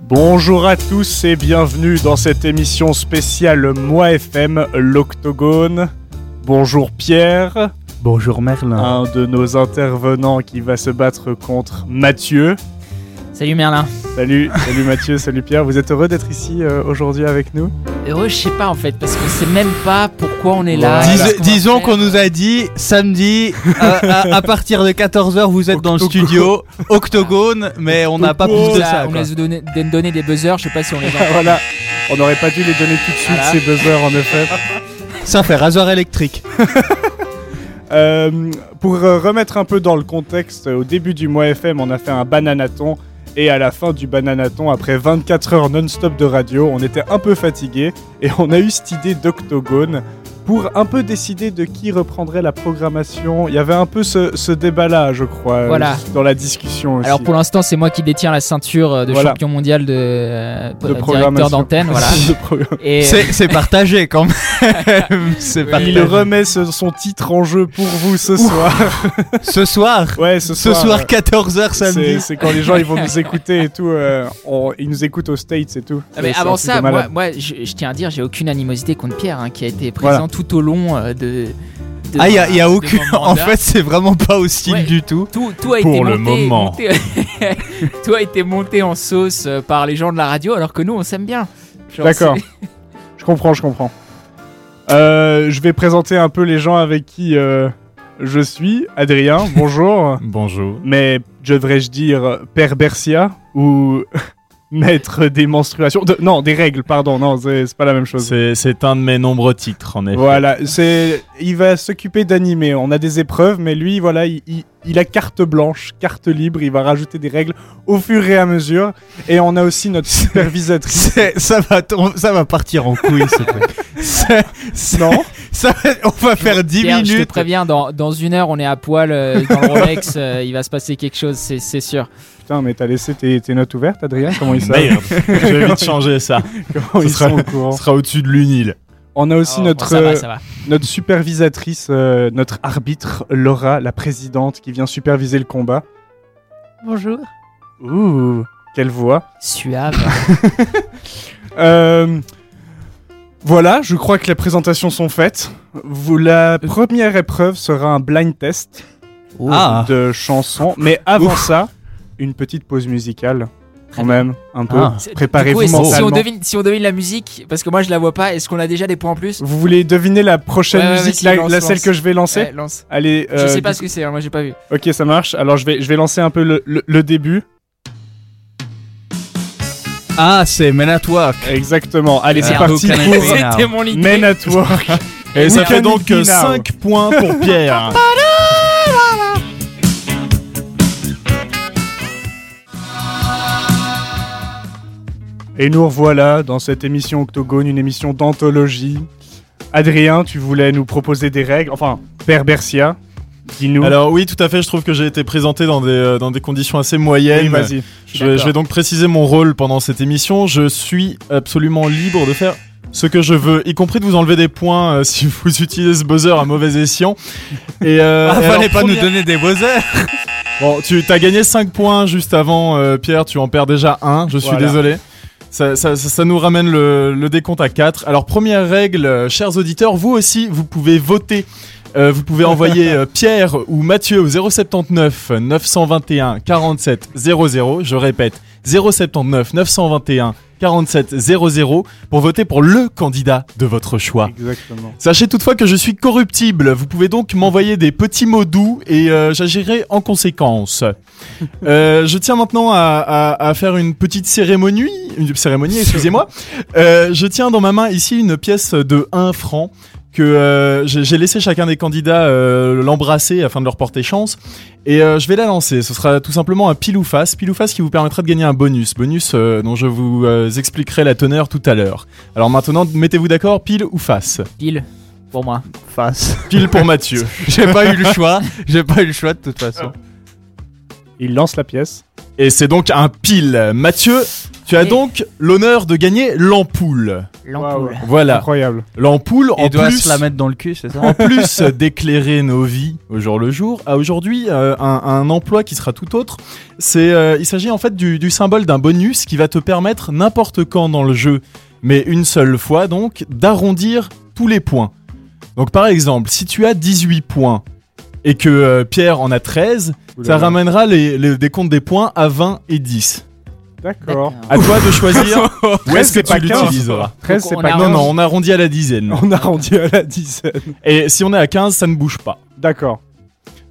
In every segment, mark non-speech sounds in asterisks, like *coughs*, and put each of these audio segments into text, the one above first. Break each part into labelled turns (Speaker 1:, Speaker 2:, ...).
Speaker 1: Bonjour à tous et bienvenue dans cette émission spéciale Moi FM, l'Octogone. Bonjour Pierre,
Speaker 2: Bonjour Merlin.
Speaker 1: un de nos intervenants qui va se battre contre Mathieu.
Speaker 3: Salut Merlin.
Speaker 1: Salut, salut Mathieu, salut Pierre. Vous êtes heureux d'être ici euh, aujourd'hui avec nous *laughs*
Speaker 3: Heureux, je sais pas en fait, parce qu'on sait même pas pourquoi on est Ah, là.
Speaker 1: Voilà.
Speaker 2: Dis-
Speaker 3: qu'est-ce qu'on va
Speaker 2: disons
Speaker 3: faire.
Speaker 2: qu'on nous a dit samedi à, à- à partir de 14h vous êtes dans le studio octogone mais on n'a pas plus de
Speaker 3: Là,
Speaker 2: ça
Speaker 3: on
Speaker 2: quoi.
Speaker 3: nous a donné, de- donné des buzzers, je sais pas si
Speaker 2: *laughs*
Speaker 3: on les entend.
Speaker 1: Voilà, on n'aurait pas dû les donner tout de suite
Speaker 3: Voilà.
Speaker 1: ces buzzers en effet.
Speaker 2: ça fait rasoir électrique
Speaker 1: Euh, pour euh, remettre un peu dans le contexte, euh, au début du mois FM, on a fait un bananaton. Et à la fin du bananaton, après 24 heures non-stop de radio, on était un peu fatigué et on a eu cette idée d'octogone pour un peu décider de qui reprendrait la programmation. Il y avait un peu ce, ce débat-là, je crois, euh,
Speaker 3: Voilà.
Speaker 1: dans la discussion aussi.
Speaker 3: Alors pour l'instant, c'est moi qui détiens la ceinture euh, de
Speaker 1: Voilà.
Speaker 3: champion mondial de, euh,
Speaker 1: De programmation.
Speaker 3: directeur d'antenne.
Speaker 1: *laughs*
Speaker 2: *laughs*
Speaker 3: Voilà.
Speaker 1: De
Speaker 3: *laughs*
Speaker 1: programme.
Speaker 3: Et
Speaker 2: c'est c'est partagé quand
Speaker 3: *laughs*
Speaker 2: même c'est
Speaker 3: Oui.
Speaker 1: Il
Speaker 2: partagé
Speaker 1: remet ce- son titre en jeu pour vous ce soir.
Speaker 3: *laughs*
Speaker 2: ce soir
Speaker 1: Ouais, ce
Speaker 2: ce
Speaker 1: soir.
Speaker 2: soir
Speaker 1: euh,
Speaker 2: 14h
Speaker 1: C'est
Speaker 2: samedi
Speaker 1: c'est quand les gens ils vont
Speaker 3: *laughs*
Speaker 1: nous écouter et tout. euh, on- ils nous écoutent aux States et tout.
Speaker 3: Ah, mais
Speaker 1: C'est- c'est un
Speaker 3: avant
Speaker 1: truc de
Speaker 3: ça, moi,
Speaker 1: malade.
Speaker 3: moi, je, je tiens à dire, j'ai aucune animosité contre Pierre, hein, qui a été présent
Speaker 1: Voilà.
Speaker 3: tout au long euh, de. de-
Speaker 2: ah il y a, il y a
Speaker 3: de mon
Speaker 2: aucune *laughs* en
Speaker 3: mandat.
Speaker 2: fait c'est vraiment pas hostile
Speaker 3: Ouais.
Speaker 2: du tout
Speaker 3: Tout, tout a
Speaker 4: Pour
Speaker 3: été
Speaker 4: le
Speaker 3: monté,
Speaker 4: moment.
Speaker 3: monté- *laughs* tout a été monté en sauce euh, par les gens de la radio, alors que nous, on s'aime bien. Genre,
Speaker 1: D'accord. Je comprends, je comprends. Euh, je vais présenter un peu les gens avec qui euh, je suis. Adrien, bonjour.
Speaker 4: Bonjour.
Speaker 1: mais je devrais-je dire Père Bercia ou *laughs* Maître des menstruations de- Non, des règles, pardon. Non, c'est c'est pas la même chose.
Speaker 4: C'est c'est un de mes nombreux titres, en effet.
Speaker 1: Voilà, c'est il va s'occuper d'animer. On a des épreuves, mais lui, voilà, il, il- il a carte blanche, carte libre. Il va rajouter des règles au fur et à mesure. Et on a aussi notre supervisatrice.
Speaker 2: C'est- ça va tom- ça va partir en couille ce truc
Speaker 4: *laughs*
Speaker 2: C'est- c'est-
Speaker 1: non,
Speaker 2: ça va- on va faire 10
Speaker 3: Pierre, Je te
Speaker 2: minutes
Speaker 3: préviens, dans, dans une heure, on est à poil euh, dans le
Speaker 1: *laughs*
Speaker 3: Rolex, euh, il va se passer quelque chose, c'est, c'est sûr.
Speaker 1: putain, mais t'as laissé tes, tes notes ouvertes, Adrien
Speaker 3: *laughs*
Speaker 1: Comment ils savent
Speaker 4: Merde, je vais vite
Speaker 2: *laughs*
Speaker 4: changer ça.
Speaker 1: *laughs* Comment
Speaker 4: ce
Speaker 1: ils
Speaker 4: sera-
Speaker 1: sont au
Speaker 4: On
Speaker 1: courant
Speaker 4: sera au-dessus de l'UNIL.
Speaker 1: On a aussi
Speaker 3: Oh,
Speaker 1: notre
Speaker 3: bon, ça
Speaker 1: euh,
Speaker 3: va, ça va.
Speaker 1: notre supervisatrice, euh, notre arbitre Laura, la présidente, qui vient superviser le combat.
Speaker 3: Bonjour.
Speaker 1: Ouh, quelle voix *laughs*
Speaker 3: Suave.
Speaker 1: Euh, voilà, je crois que les présentations sont faites. Vous, la première épreuve sera un blind test
Speaker 2: Ah.
Speaker 1: de chansons. Mais avant ça, une petite pause musicale. Quand même, un peu.
Speaker 2: Ah.
Speaker 3: C'est-
Speaker 1: Préparez-vous
Speaker 3: du coup, est-ce- si,
Speaker 1: mentalement.
Speaker 3: on devine, si on devine la musique, parce que moi je la vois pas, est-ce qu'on a déjà des points en plus
Speaker 1: Vous voulez deviner la prochaine
Speaker 3: Ouais, ouais,
Speaker 1: musique,
Speaker 3: vas-y,
Speaker 1: la,
Speaker 3: lance,
Speaker 1: la celle
Speaker 3: lance.
Speaker 1: que je vais lancer
Speaker 3: Ouais, lance.
Speaker 1: Allez,
Speaker 3: je
Speaker 1: euh,
Speaker 3: sais pas
Speaker 1: du-
Speaker 3: ce que c'est, hein, moi j'ai pas vu.
Speaker 1: ok, ça marche. Alors je vais, je vais lancer un peu le, le- le début.
Speaker 2: ah c'est Men at Work
Speaker 1: Exactement. Allez, c'est
Speaker 2: Merde,
Speaker 1: parti
Speaker 2: aucun
Speaker 1: pour
Speaker 2: intérêt.
Speaker 3: *laughs* C'était mon
Speaker 1: *laughs*
Speaker 3: idée.
Speaker 1: Men at Work.
Speaker 4: *laughs* Et ça
Speaker 1: Weekend
Speaker 4: fait donc
Speaker 1: Dinner.
Speaker 4: 5 points pour Pierre.
Speaker 1: Et nous revoilà dans cette émission Octogone, une émission d'anthologie. Adrien, tu voulais nous proposer des règles, enfin, Père Bercia, dis-nous.
Speaker 4: Alors oui, tout à fait, je trouve que j'ai été présenté dans des, euh, dans des conditions assez
Speaker 1: Oui,
Speaker 4: moyennes.
Speaker 1: vas-y.
Speaker 4: je, vais, je vais donc préciser mon rôle pendant cette émission. Je suis absolument libre de faire ce que je veux, y compris de vous enlever des points euh, *laughs* si vous utilisez ce buzzer à mauvais escient. Et, euh,
Speaker 2: *laughs* Ah,
Speaker 4: et alors,
Speaker 2: fallait pas
Speaker 4: première-
Speaker 2: nous donner des beaux airs
Speaker 4: Bon, tu as gagné 5 points juste avant, euh, Pierre, tu en perds déjà 1, je suis
Speaker 1: Voilà.
Speaker 4: désolé. Ça, ça- ça- ça nous ramène le, le décompte à 4. Alors, première règle, euh, chers auditeurs, vous aussi, vous pouvez voter. Euh, vous pouvez envoyer euh, Pierre ou Mathieu au 079 921 47 00. Je répète, 079 921 47 00 pour voter pour le candidat de votre choix.
Speaker 1: Exactement.
Speaker 4: Sachez toutefois que je suis corruptible. Vous pouvez donc m'envoyer des petits mots doux et euh, j'agirai en conséquence. Euh, je tiens maintenant à, à- à faire une petite cérémonie. Une cérémonie, excusez-moi. Euh, je tiens dans ma main ici une pièce de 1 franc que euh, j'ai j'ai laissé chacun des candidats euh, l'embrasser afin de leur porter chance. Et euh, je vais la lancer. Ce sera tout simplement un pile ou face. Pile ou face qui vous permettra de gagner un bonus. Bonus euh, dont je vous euh, expliquerai la teneur tout à l'heure. Alors maintenant, mettez-vous d'accord, pile ou face.
Speaker 3: Pile pour moi.
Speaker 2: face *laughs*
Speaker 4: Pile pour Mathieu.
Speaker 2: J'ai pas eu le choix. J'ai pas eu le choix de toute façon.
Speaker 1: Il lance la pièce.
Speaker 4: Et c'est donc un pile. Mathieu, tu as
Speaker 3: Allez.
Speaker 4: donc l'honneur de gagner l'ampoule.
Speaker 3: L'ampoule.
Speaker 4: Voilà,
Speaker 1: Incroyable.
Speaker 4: l'ampoule en
Speaker 2: Il doit
Speaker 4: plus,
Speaker 2: se la mettre dans le cul, c'est ça
Speaker 4: en plus *laughs* d'éclairer nos vies au jour le jour, a aujourd'hui euh, un, un emploi qui sera tout autre. C'est, euh, il s'agit en fait du, du symbole d'un bonus qui va te permettre n'importe quand dans le jeu, mais une seule fois donc, d'arrondir tous les points. Donc par exemple, si tu as 18 points et que euh, Pierre en a 13, ça ramènera les, les décomptes des points à 20 et 10.
Speaker 1: D'accord.
Speaker 4: À toi de choisir *laughs* où
Speaker 1: 13,
Speaker 4: est-ce que
Speaker 1: c'est pas
Speaker 4: tu
Speaker 1: 15.
Speaker 4: l'utiliseras.
Speaker 1: 13, c'est
Speaker 3: on
Speaker 1: pas
Speaker 3: a-
Speaker 4: Non, non, on arrondit à la dizaine.
Speaker 3: *laughs*
Speaker 4: non.
Speaker 1: On a rendu à la dizaine.
Speaker 4: Et si on est à 15, ça ne bouge pas.
Speaker 1: D'accord.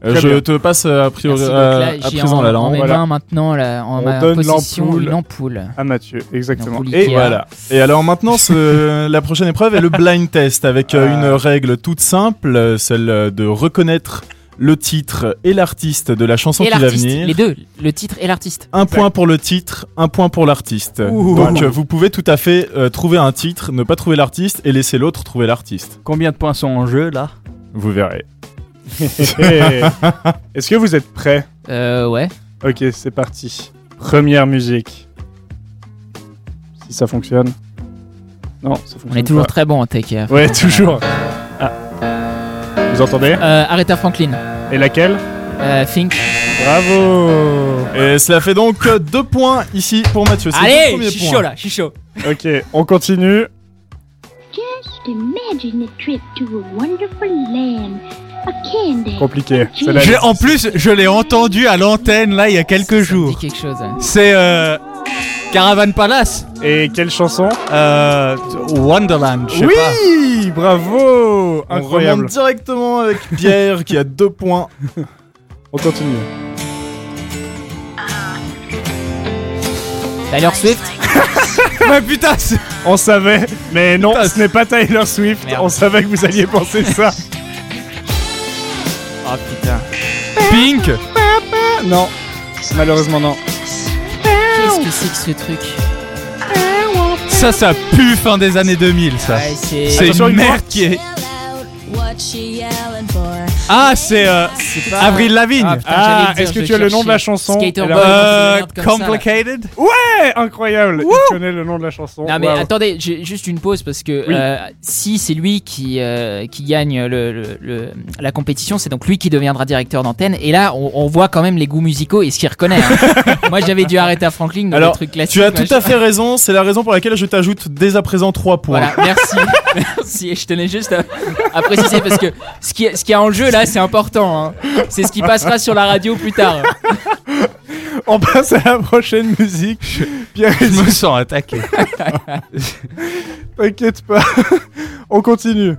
Speaker 4: Euh,
Speaker 1: Très
Speaker 4: je
Speaker 1: bien.
Speaker 4: te passe euh, a priori
Speaker 3: Merci, donc
Speaker 4: euh,
Speaker 3: là,
Speaker 4: à
Speaker 3: j'ai
Speaker 4: présent
Speaker 3: en,
Speaker 4: la
Speaker 3: en
Speaker 4: langue.
Speaker 3: mes
Speaker 1: voilà.
Speaker 3: mains maintenant là, en
Speaker 1: On
Speaker 3: ma
Speaker 1: donne
Speaker 3: possession
Speaker 1: l'ampoule.
Speaker 3: une ampoule.
Speaker 1: À Ah, Mathieu, exactement.
Speaker 3: L'ampoule
Speaker 1: Et
Speaker 3: Ikea.
Speaker 4: Voilà. Et alors maintenant, ce- *laughs* la prochaine épreuve est le blind test avec euh,
Speaker 1: Ah.
Speaker 4: une règle toute simple, euh, celle de reconnaître le titre et l'artiste de la chanson
Speaker 3: Et
Speaker 4: qui va
Speaker 3: l'artiste,
Speaker 4: venir.
Speaker 3: les deux, le titre et l'artiste.
Speaker 4: Un point pour le titre, un point pour l'artiste.
Speaker 1: Ouh.
Speaker 4: Donc euh, vous pouvez tout à fait euh, trouver un titre, ne pas trouver l'artiste et laisser l'autre trouver l'artiste.
Speaker 2: Combien de points sont en jeu là
Speaker 4: Vous verrez.
Speaker 1: Eh, *laughs* Est-ce que vous êtes prêts
Speaker 3: Euh, ouais.
Speaker 1: Ok, c'est parti. Première musique. Si ça fonctionne. Non, ça fonctionne
Speaker 3: On est toujours
Speaker 1: pas.
Speaker 3: très bon en tech. euh.
Speaker 1: Ouais, *laughs* toujours. Ah. Vous entendez
Speaker 3: Euh, Aretha Franklin.
Speaker 1: Et laquelle
Speaker 3: Euh, Think.
Speaker 1: Bravo
Speaker 4: Et cela fait donc euh, deux points ici pour Mathieu. C'est le
Speaker 3: Allez,
Speaker 4: premier
Speaker 3: je suis
Speaker 4: point.
Speaker 3: chaud là, je suis chaud.
Speaker 1: Ok, on continue.
Speaker 5: Just imagine a trip to a wonderful land, a candy.
Speaker 1: Compliqué. C'est
Speaker 5: Je-
Speaker 2: Bah, En plus, je l'ai entendu à l'antenne là il y a quelques
Speaker 3: Ça me dit
Speaker 2: jours.
Speaker 3: quelque chose. hein. ouais.
Speaker 2: C'est euh, Caravan Palace,
Speaker 1: Et quelle chanson
Speaker 2: euh, Wonderland, je sais
Speaker 1: Oui
Speaker 2: pas.
Speaker 1: Bravo
Speaker 4: On
Speaker 1: Incroyable.
Speaker 4: remonte directement avec Pierre qui a
Speaker 3: *laughs*
Speaker 4: deux points.
Speaker 1: On continue.
Speaker 3: Taylor Swift.
Speaker 2: Mais putain, c'est-
Speaker 1: On savait, mais non,
Speaker 2: Putain,
Speaker 1: ce n'est pas Taylor Swift.
Speaker 3: Merde.
Speaker 1: On savait que vous alliez penser
Speaker 3: *laughs*
Speaker 1: ça.
Speaker 3: Oh putain.
Speaker 2: Pink.
Speaker 1: Non, malheureusement non.
Speaker 3: Qu'est-ce que c'est que ce truc
Speaker 2: Ça, ça pue fin des années 2000,
Speaker 1: Ah.
Speaker 2: ça.
Speaker 3: Ouais,
Speaker 2: C'est
Speaker 3: c'est.
Speaker 1: Attention,
Speaker 2: une
Speaker 1: une
Speaker 2: merde
Speaker 1: porte.
Speaker 2: qui est.
Speaker 6: What she yelling for?
Speaker 2: Ah, c'est euh,
Speaker 3: c'est pas-
Speaker 2: Avril
Speaker 3: Ah,
Speaker 2: Lavigne.
Speaker 3: putain, j'allais
Speaker 1: Ah,
Speaker 3: le dire,
Speaker 1: est-ce que
Speaker 3: je
Speaker 1: tu as le nom
Speaker 3: cherchais.
Speaker 1: de la chanson
Speaker 3: Skater
Speaker 1: Et la-
Speaker 3: Boy.
Speaker 2: Euh,
Speaker 3: merde comme ça, là.
Speaker 2: complicated.
Speaker 1: Eh, Incroyable Il connaît le nom de la chanson.
Speaker 3: Non mais
Speaker 1: Waouh.
Speaker 3: attendez, j'ai juste une pause parce que
Speaker 1: Oui.
Speaker 3: euh, si c'est lui qui, euh, qui gagne le, le- le- la compétition, c'est donc lui qui deviendra directeur d'antenne. Et là, on, on voit quand même les goûts musicaux et ce qu'il reconnaît. hein.
Speaker 1: *laughs*
Speaker 3: Moi, j'avais dû arrêter à Franklin dans
Speaker 4: Alors,
Speaker 3: le truc classique.
Speaker 4: Tu as
Speaker 3: machin.
Speaker 4: tout à fait raison, c'est la raison pour laquelle je t'ajoute dès à présent 3 points.
Speaker 3: Voilà,
Speaker 2: *laughs*
Speaker 3: merci. merci. Et je tenais juste à, à préciser parce que ce qui, ce qui est en jeu là, c'est important. hein. C'est ce qui passera sur la radio plus tard.
Speaker 1: On passe à la prochaine musique. Pierre,
Speaker 2: Je *laughs* me sens attaqué.
Speaker 1: t'inquiète
Speaker 3: *laughs*
Speaker 1: pas. On continue.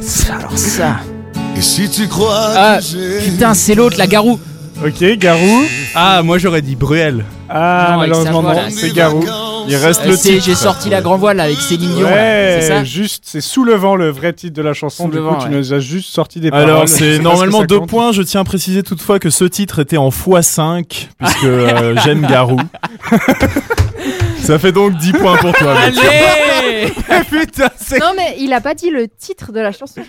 Speaker 3: Ça, alors ça.
Speaker 7: Et si tu crois
Speaker 3: Ah,
Speaker 7: que j'ai-
Speaker 3: Putain, c'est l'autre, la garou.
Speaker 1: Ok, Garou.
Speaker 2: Ah, moi j'aurais dit Bruel.
Speaker 1: Ah,
Speaker 3: Non, avec sa
Speaker 1: malheureusement
Speaker 3: voix,
Speaker 1: non,
Speaker 3: là,
Speaker 1: c'est
Speaker 7: des
Speaker 1: Garou.
Speaker 7: vacances
Speaker 1: Il reste
Speaker 3: Euh,
Speaker 1: le
Speaker 3: c'est-
Speaker 1: titre.
Speaker 3: J'ai sorti la grand voile là, avec Céline Dion. là,
Speaker 1: Ouais,
Speaker 3: c'est ça
Speaker 1: juste, c'est sous le vent le vrai titre de la chanson.
Speaker 3: Sous
Speaker 1: du
Speaker 3: le
Speaker 1: coup,
Speaker 3: vent,
Speaker 1: tu
Speaker 3: ouais.
Speaker 1: nous as juste sorti des paroles.
Speaker 4: Alors
Speaker 1: Je sais
Speaker 4: c'est
Speaker 1: pas
Speaker 4: normalement
Speaker 1: ce que ça
Speaker 4: deux
Speaker 1: compte.
Speaker 4: points, je tiens à préciser toutefois que ce titre était en x5 puisque euh,
Speaker 3: *laughs*
Speaker 4: j'aime Garou. Ça fait donc 10 points pour
Speaker 3: *laughs*
Speaker 4: toi. mec.
Speaker 3: Allez
Speaker 2: Putain, c'est.
Speaker 8: Non, mais il a pas dit le titre de la chanson.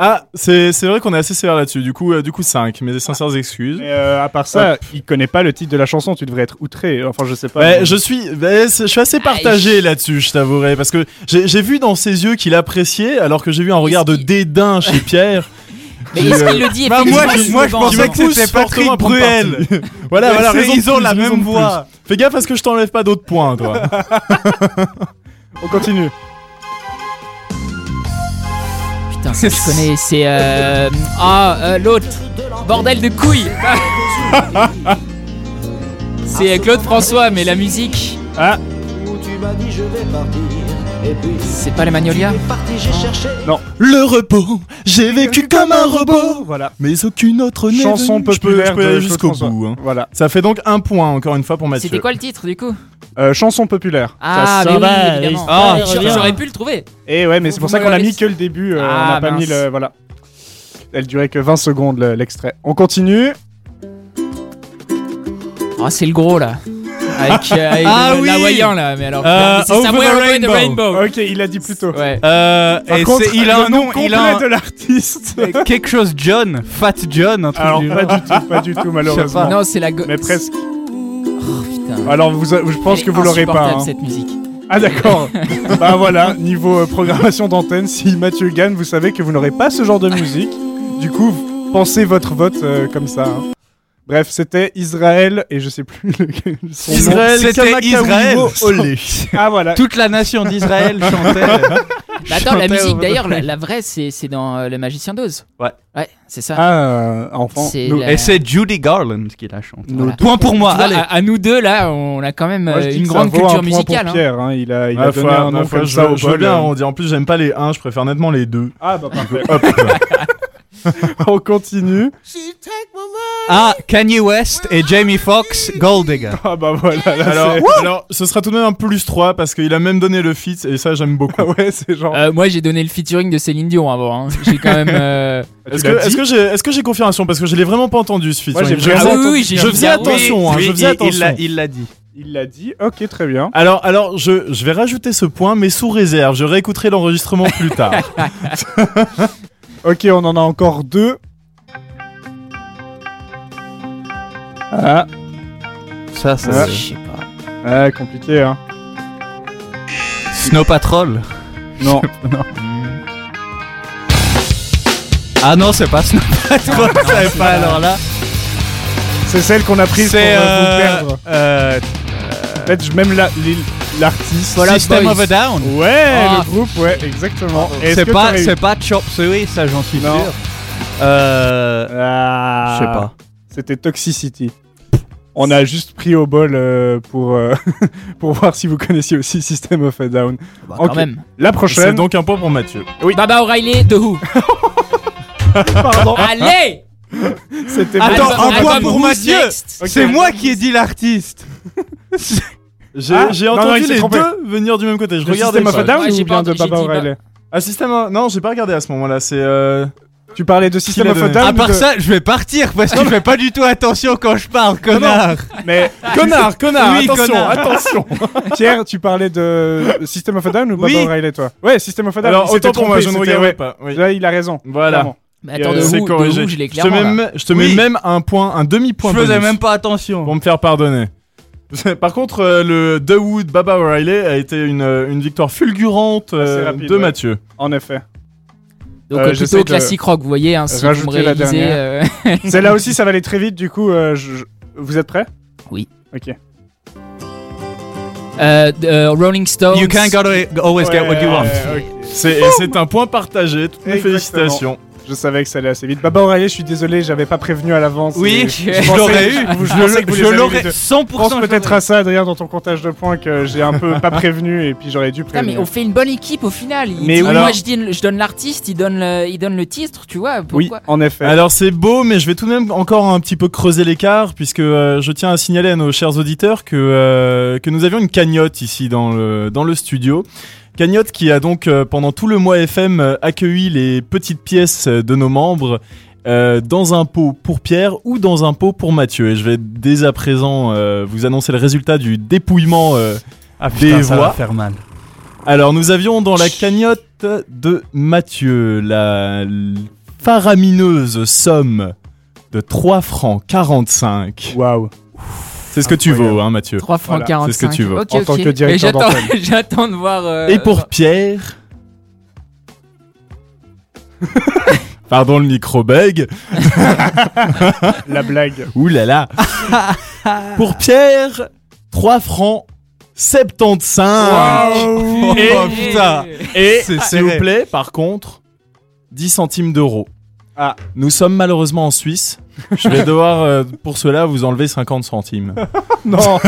Speaker 4: Ah, c'est c'est vrai qu'on est assez sévère là-dessus. Du coup euh, du coup 5, mes sincères excuses.
Speaker 1: Mais euh, à part ça, il connaît pas le titre de la chanson, tu devrais être outré. Enfin, je sais pas.
Speaker 4: Ouais,
Speaker 1: mais-
Speaker 4: je suis, ouais, c'est- je suis assez partagé
Speaker 3: Aïe.
Speaker 4: là-dessus, je t'avouerai, parce que j'ai j'ai vu dans ses yeux qu'il appréciait, alors que j'ai vu un regard de
Speaker 3: qu'il-
Speaker 4: dédain chez Pierre. *laughs*
Speaker 3: Mais est-ce qu'il le dit
Speaker 4: Ah,
Speaker 2: Bah, moi,
Speaker 3: effectivement
Speaker 2: je, moi, je
Speaker 3: souvent
Speaker 2: pensais que
Speaker 4: Qui me
Speaker 2: c'était
Speaker 4: pousse fortement à
Speaker 2: Patrick
Speaker 4: prendre
Speaker 2: Bruel.
Speaker 4: *laughs* Voilà, voilà,
Speaker 2: C'est-
Speaker 4: raison de
Speaker 2: ils ont
Speaker 4: plus,
Speaker 2: la
Speaker 4: raison
Speaker 2: même
Speaker 4: de plus.
Speaker 2: voix.
Speaker 4: Fais gaffe parce que je t'enlève pas d'autres points, toi.
Speaker 1: On continue.
Speaker 3: Putain,
Speaker 1: *laughs*
Speaker 3: ça je connais, c'est euh... Ah, euh, l'autre Bordel
Speaker 1: *laughs*
Speaker 3: de couilles C'est euh, Claude François, mais la musique...
Speaker 1: Ah.
Speaker 3: C'est pas les Magnolia
Speaker 4: *laughs* Le repos, j'ai vécu comme un robot,
Speaker 1: Voilà.
Speaker 4: mais aucune autre n'est
Speaker 1: Chanson
Speaker 4: venue. Je peux-
Speaker 1: populaire
Speaker 4: je peux aller
Speaker 1: de
Speaker 4: jusqu'au
Speaker 1: Claude François.
Speaker 4: bout. hein.
Speaker 1: Voilà.
Speaker 4: Ça fait donc un point encore une fois pour Mathieu.
Speaker 3: C'était quoi le titre, du coup
Speaker 1: Euh, chanson populaire.
Speaker 3: Ah,
Speaker 1: ça
Speaker 3: mais
Speaker 1: s'en
Speaker 3: oui,
Speaker 1: va,
Speaker 3: évidemment
Speaker 1: il s'en
Speaker 2: Ah,
Speaker 1: va,
Speaker 3: J'aurais-
Speaker 1: revient.
Speaker 3: J'aurais pu le trouver
Speaker 1: Et ouais, mais
Speaker 3: Vous-
Speaker 1: c'est
Speaker 3: vous
Speaker 1: pour ça
Speaker 3: me
Speaker 1: qu'on a
Speaker 3: l'avez
Speaker 1: mis que le début. euh,
Speaker 3: Ah,
Speaker 1: on n'a pas
Speaker 3: mince.
Speaker 1: mis le. Voilà. Elle durait que 20 secondes le- l'extrait. On continue.
Speaker 3: Ah, c'est le Ah, gros, là Avec, euh, avec
Speaker 2: Ah
Speaker 3: le-
Speaker 2: oui
Speaker 3: l'Hawaiian là, mais alors.
Speaker 2: Euh,
Speaker 3: mais c'est
Speaker 2: Over
Speaker 3: Somewhere
Speaker 2: the
Speaker 3: Over the
Speaker 2: Rainbow.
Speaker 3: Rainbow.
Speaker 1: Ok, il a dit plus tôt.
Speaker 3: Oh. Ouais.
Speaker 2: Euh,
Speaker 1: Par
Speaker 2: et
Speaker 1: contre,
Speaker 2: c'est- il a
Speaker 1: le
Speaker 2: un
Speaker 1: nom
Speaker 2: nom,
Speaker 1: complet
Speaker 2: il a un-
Speaker 1: de
Speaker 2: *laughs*
Speaker 1: l'artiste.
Speaker 2: quelque chose John, Fat John, un truc
Speaker 1: Alors
Speaker 2: du-
Speaker 1: pas du tout, pas du tout malheureusement.
Speaker 2: pas.
Speaker 3: Non, c'est la.
Speaker 1: Ah.
Speaker 3: go- Oh,
Speaker 1: Mais presque.
Speaker 3: Putain.
Speaker 1: Alors vous, a- je pense
Speaker 3: Elle
Speaker 1: que
Speaker 3: est
Speaker 1: vous l'aurez pas.
Speaker 3: insupportable,
Speaker 1: hein.
Speaker 3: cette musique.
Speaker 1: Ah d'accord. *laughs* bah voilà, niveau euh, programmation d'antenne, si Mathieu gagne, vous savez que vous n'aurez pas ce genre de musique. Du coup, pensez votre vote euh, comme ça. hein. Bref, c'était Israël et je sais plus *laughs* lequel son nom.
Speaker 4: Israël,
Speaker 2: C'était
Speaker 4: Kamakawiwo,
Speaker 2: Israël. *laughs*
Speaker 4: Olé.
Speaker 1: *laughs* Ah voilà.
Speaker 2: Toute la nation d'Israël chantait.
Speaker 3: Bah attends, la
Speaker 2: chantait
Speaker 3: musique
Speaker 2: au-
Speaker 3: d'ailleurs, la, la vraie, c'est c'est dans euh, Le Magicien d'Oz.
Speaker 2: Ouais.
Speaker 3: Ouais, c'est ça.
Speaker 1: Ah enfant.
Speaker 3: C'est
Speaker 1: nous-
Speaker 3: la-
Speaker 2: Et c'est Judy Garland qui la chante.
Speaker 3: Voilà.
Speaker 2: Point pour moi,
Speaker 3: Tu vois, euh,
Speaker 2: allez.
Speaker 3: à, à nous deux là, on a quand même
Speaker 1: moi, je
Speaker 3: euh,
Speaker 1: dis
Speaker 3: une
Speaker 1: que ça
Speaker 3: grande
Speaker 1: vaut un
Speaker 3: culture
Speaker 1: point pour
Speaker 3: musicale. hein.
Speaker 1: Pierre, hein. Il a, il a
Speaker 4: Ah,
Speaker 1: donné
Speaker 4: fois-
Speaker 1: un nom
Speaker 4: ah, fois,
Speaker 1: comme
Speaker 4: je,
Speaker 1: ça au
Speaker 4: je veux
Speaker 1: bol.
Speaker 4: bien
Speaker 1: euh.
Speaker 4: arrondir. En plus, j'aime pas les 1, je préfère nettement les 2.
Speaker 1: Ah bah parfait.
Speaker 4: *laughs* Hop.
Speaker 1: On continue.
Speaker 2: Ah, Kanye West et Jamie Foxx, Gold Digger.
Speaker 1: Ah bah voilà. Là,
Speaker 4: alors,
Speaker 1: c'est- *laughs*
Speaker 4: alors, ce sera tout de même un plus 3 parce qu'il a même donné le fit et ça, j'aime beaucoup.
Speaker 1: Ah ouais, c'est genre.
Speaker 3: Euh, moi j'ai donné le featuring de Céline Dion avant. hein. J'ai quand même.
Speaker 1: *laughs*
Speaker 3: euh,
Speaker 4: Est-ce que, est-ce que j'ai, est-ce que j'ai confirmation Parce que je l'ai vraiment pas entendu ce fit.
Speaker 1: Moi, j'ai
Speaker 4: Je-
Speaker 1: vraiment
Speaker 3: Ah oui, oui, j'ai
Speaker 4: Je faisais
Speaker 3: entendu.
Speaker 4: attention, hein, je faisais
Speaker 2: il-
Speaker 4: attention.
Speaker 2: il l'a- Il l'a dit.
Speaker 1: Il l'a dit. Ok, très bien.
Speaker 4: Alors, alors je, je vais rajouter ce point, mais sous réserve. Je réécouterai l'enregistrement plus tard.
Speaker 1: Ok, on en a encore deux. Ah,
Speaker 2: Ça,
Speaker 1: Ouais.
Speaker 2: ça.
Speaker 3: Je sais pas.
Speaker 1: ah, compliqué, hein.
Speaker 2: Snow Patrol. *laughs*
Speaker 1: Non.
Speaker 2: Ah non, c'est pas Snow Patrol. c'est pas alors là.
Speaker 1: C'est celle qu'on a prise pour
Speaker 2: C'est.
Speaker 1: euh, vous
Speaker 2: euh,
Speaker 1: perdre.
Speaker 2: euh,
Speaker 1: Peut-être je- même la- l'il- l'artiste.
Speaker 2: System
Speaker 3: Boys.
Speaker 2: of a Down.
Speaker 1: Ouais,
Speaker 3: Ah.
Speaker 1: le groupe, ouais, exactement. Est-ce
Speaker 2: C'est
Speaker 1: que
Speaker 2: pas,
Speaker 1: t'aurais eu-
Speaker 2: c'est pas Chop Suey, ça j'en suis
Speaker 1: Non.
Speaker 2: sûr. Euh,
Speaker 1: Ah,
Speaker 2: je sais pas.
Speaker 1: C'était Toxicity. On a juste pris au bol euh, pour, euh, *laughs* pour voir si vous connaissiez aussi System of a Down.
Speaker 3: Bah,
Speaker 1: Ok.
Speaker 3: Quand même.
Speaker 1: La
Speaker 4: C'est
Speaker 1: *laughs* prochaine.
Speaker 4: donc un point pour Mathieu.
Speaker 3: Baba O'Reilly, The Who.
Speaker 1: *laughs* Pardon,
Speaker 3: Allez
Speaker 1: c'était
Speaker 2: Attends,
Speaker 1: Mathieu.
Speaker 2: un
Speaker 3: album
Speaker 2: point pour
Speaker 3: Who's
Speaker 2: Mathieu.
Speaker 3: Next.
Speaker 1: Ok.
Speaker 2: C'est moi qui ai dit l'artiste.
Speaker 4: J'ai,
Speaker 1: Ah,
Speaker 4: j'ai
Speaker 1: non, non,
Speaker 4: entendu
Speaker 1: il s'est
Speaker 4: les
Speaker 1: trompé.
Speaker 4: deux venir du même côté. Je
Speaker 1: Le
Speaker 4: regardais.
Speaker 1: System of a
Speaker 4: ça.
Speaker 1: Down
Speaker 3: Ouais,
Speaker 1: ou
Speaker 3: j'ai pas
Speaker 1: bien de
Speaker 3: entendu- j'ai
Speaker 1: Baba
Speaker 3: dit pas-
Speaker 1: O'Reilly
Speaker 4: Ah, System of- Non, j'ai pas regardé à ce moment-là. C'est. euh,
Speaker 1: Tu parlais de System
Speaker 4: l'a
Speaker 1: of a
Speaker 4: donné
Speaker 1: Down
Speaker 2: À
Speaker 1: ou
Speaker 2: part
Speaker 1: de-
Speaker 2: ça, je vais partir parce que je fais pas du tout attention quand je parle, connard.
Speaker 3: *laughs*
Speaker 1: Mais
Speaker 4: Connard,
Speaker 1: Ah
Speaker 2: *laughs*
Speaker 4: connard,
Speaker 2: Oui,
Speaker 4: attention,
Speaker 1: *laughs*
Speaker 2: connard.
Speaker 4: attention.
Speaker 1: Pierre, tu parlais de System of a Down ou Bob
Speaker 2: Oui.
Speaker 1: O'Reilly, toi Ouais, System of a Down.
Speaker 4: Alors,
Speaker 1: il s'était
Speaker 4: autant pour moi,
Speaker 1: trompé,
Speaker 4: je ne
Speaker 1: c'était-
Speaker 4: regardais
Speaker 1: ouais.
Speaker 4: pas. oui.
Speaker 1: Là, il a raison.
Speaker 4: Voilà.
Speaker 1: clairement.
Speaker 3: Mais attends,
Speaker 1: Euh,
Speaker 3: The
Speaker 4: c'est
Speaker 3: Who, The
Speaker 4: corrigé.
Speaker 3: Who, je l'ai
Speaker 4: Je te
Speaker 3: clairement.
Speaker 4: mets,
Speaker 3: là.
Speaker 4: même- je te
Speaker 2: Oui.
Speaker 4: mets même un point, un demi-point.
Speaker 2: Je faisais
Speaker 4: bonus
Speaker 2: même pas attention.
Speaker 4: Pour me faire pardonner. Par contre, euh, le The Wood Baba O'Reilly a été une, euh, une victoire fulgurante euh,
Speaker 1: Assez rapide,
Speaker 4: de
Speaker 1: ouais.
Speaker 4: Mathieu.
Speaker 1: En effet.
Speaker 3: Donc
Speaker 1: Euh,
Speaker 3: euh,
Speaker 1: j'essaie
Speaker 3: plutôt
Speaker 1: de
Speaker 3: classique rock, vous voyez, hein, si vous me
Speaker 1: rajouter la
Speaker 3: réalisez,
Speaker 1: dernière.
Speaker 3: euh, *laughs*
Speaker 1: Celle-là aussi, ça va aller très vite, du coup, euh, je- je- vous êtes prêts
Speaker 3: Oui.
Speaker 1: Ok.
Speaker 3: euh, de- euh, Rolling Stones.
Speaker 2: You can't gotta- always get what you want.
Speaker 1: Ouais, ok.
Speaker 4: C'est, et c'est un point partagé. Toutes mes
Speaker 1: Exactement.
Speaker 4: félicitations.
Speaker 1: Je savais que ça allait assez vite. Baba O'Reilly, je suis désolé, j'avais pas prévenu à l'avance.
Speaker 2: Oui,
Speaker 1: et
Speaker 2: je,
Speaker 1: pensais-
Speaker 2: l'aurais eu.
Speaker 1: Je, pensais que vous les
Speaker 2: je
Speaker 1: aviez
Speaker 2: l'aurais
Speaker 1: les deux.
Speaker 2: 100%.
Speaker 1: Je pense
Speaker 2: je
Speaker 1: peut-être
Speaker 2: l'aurais
Speaker 1: à ça, Adrien, dans ton comptage de points, que j'ai un peu pas prévenu et puis j'aurais dû
Speaker 3: Putain, mais
Speaker 1: prévenir.
Speaker 3: on fait une bonne équipe au final. Il
Speaker 1: Mais oui.
Speaker 3: dit, moi
Speaker 4: Alors-
Speaker 3: je, dis- je donne l'artiste, il donne le, il donne le titre, tu vois.
Speaker 1: Oui,
Speaker 3: Pourquoi
Speaker 1: en effet.
Speaker 4: Alors c'est beau, mais je vais tout de même encore un petit peu creuser l'écart, puisque euh, je tiens à signaler à nos chers auditeurs que, euh, que nous avions une cagnotte ici dans le, dans le studio. Cagnotte qui a donc euh, pendant tout le mois FM euh, accueilli les petites pièces euh, de nos membres euh, dans un pot pour Pierre ou dans un pot pour Mathieu. Et je vais dès à présent euh, vous annoncer le résultat du dépouillement euh,
Speaker 2: Ah,
Speaker 4: putain,
Speaker 2: putain,
Speaker 4: ça
Speaker 2: ça
Speaker 4: va
Speaker 2: va faire mal.
Speaker 4: alors nous avions dans la cagnotte de Mathieu la faramineuse somme de 3 francs 45.
Speaker 1: Waouh.
Speaker 4: C'est ce que tu
Speaker 1: Incroyable.
Speaker 4: vaux hein Mathieu.
Speaker 3: 3 francs
Speaker 1: Voilà,
Speaker 3: 45.
Speaker 4: c'est ce que tu veux.
Speaker 3: Ok,
Speaker 1: En tant
Speaker 3: ok.
Speaker 1: que directeur
Speaker 3: Et j'attends-
Speaker 1: d'antenne.
Speaker 3: *laughs* J'attends de voir. euh,
Speaker 4: Et pour Pierre Pardon le micro bug.
Speaker 1: La blague.
Speaker 4: Ouh là là. pour Pierre 3 francs 75.
Speaker 2: Oh,
Speaker 4: Et
Speaker 3: voir-
Speaker 2: putain.
Speaker 3: oh,
Speaker 4: Et
Speaker 2: C'est
Speaker 4: s'il vous
Speaker 2: serré.
Speaker 4: plaît, par contre, 10 centimes d'euros.
Speaker 1: Ah.
Speaker 4: Nous sommes malheureusement en Suisse. Je vais devoir, euh, pour cela, vous enlever 50 centimes.
Speaker 1: Non.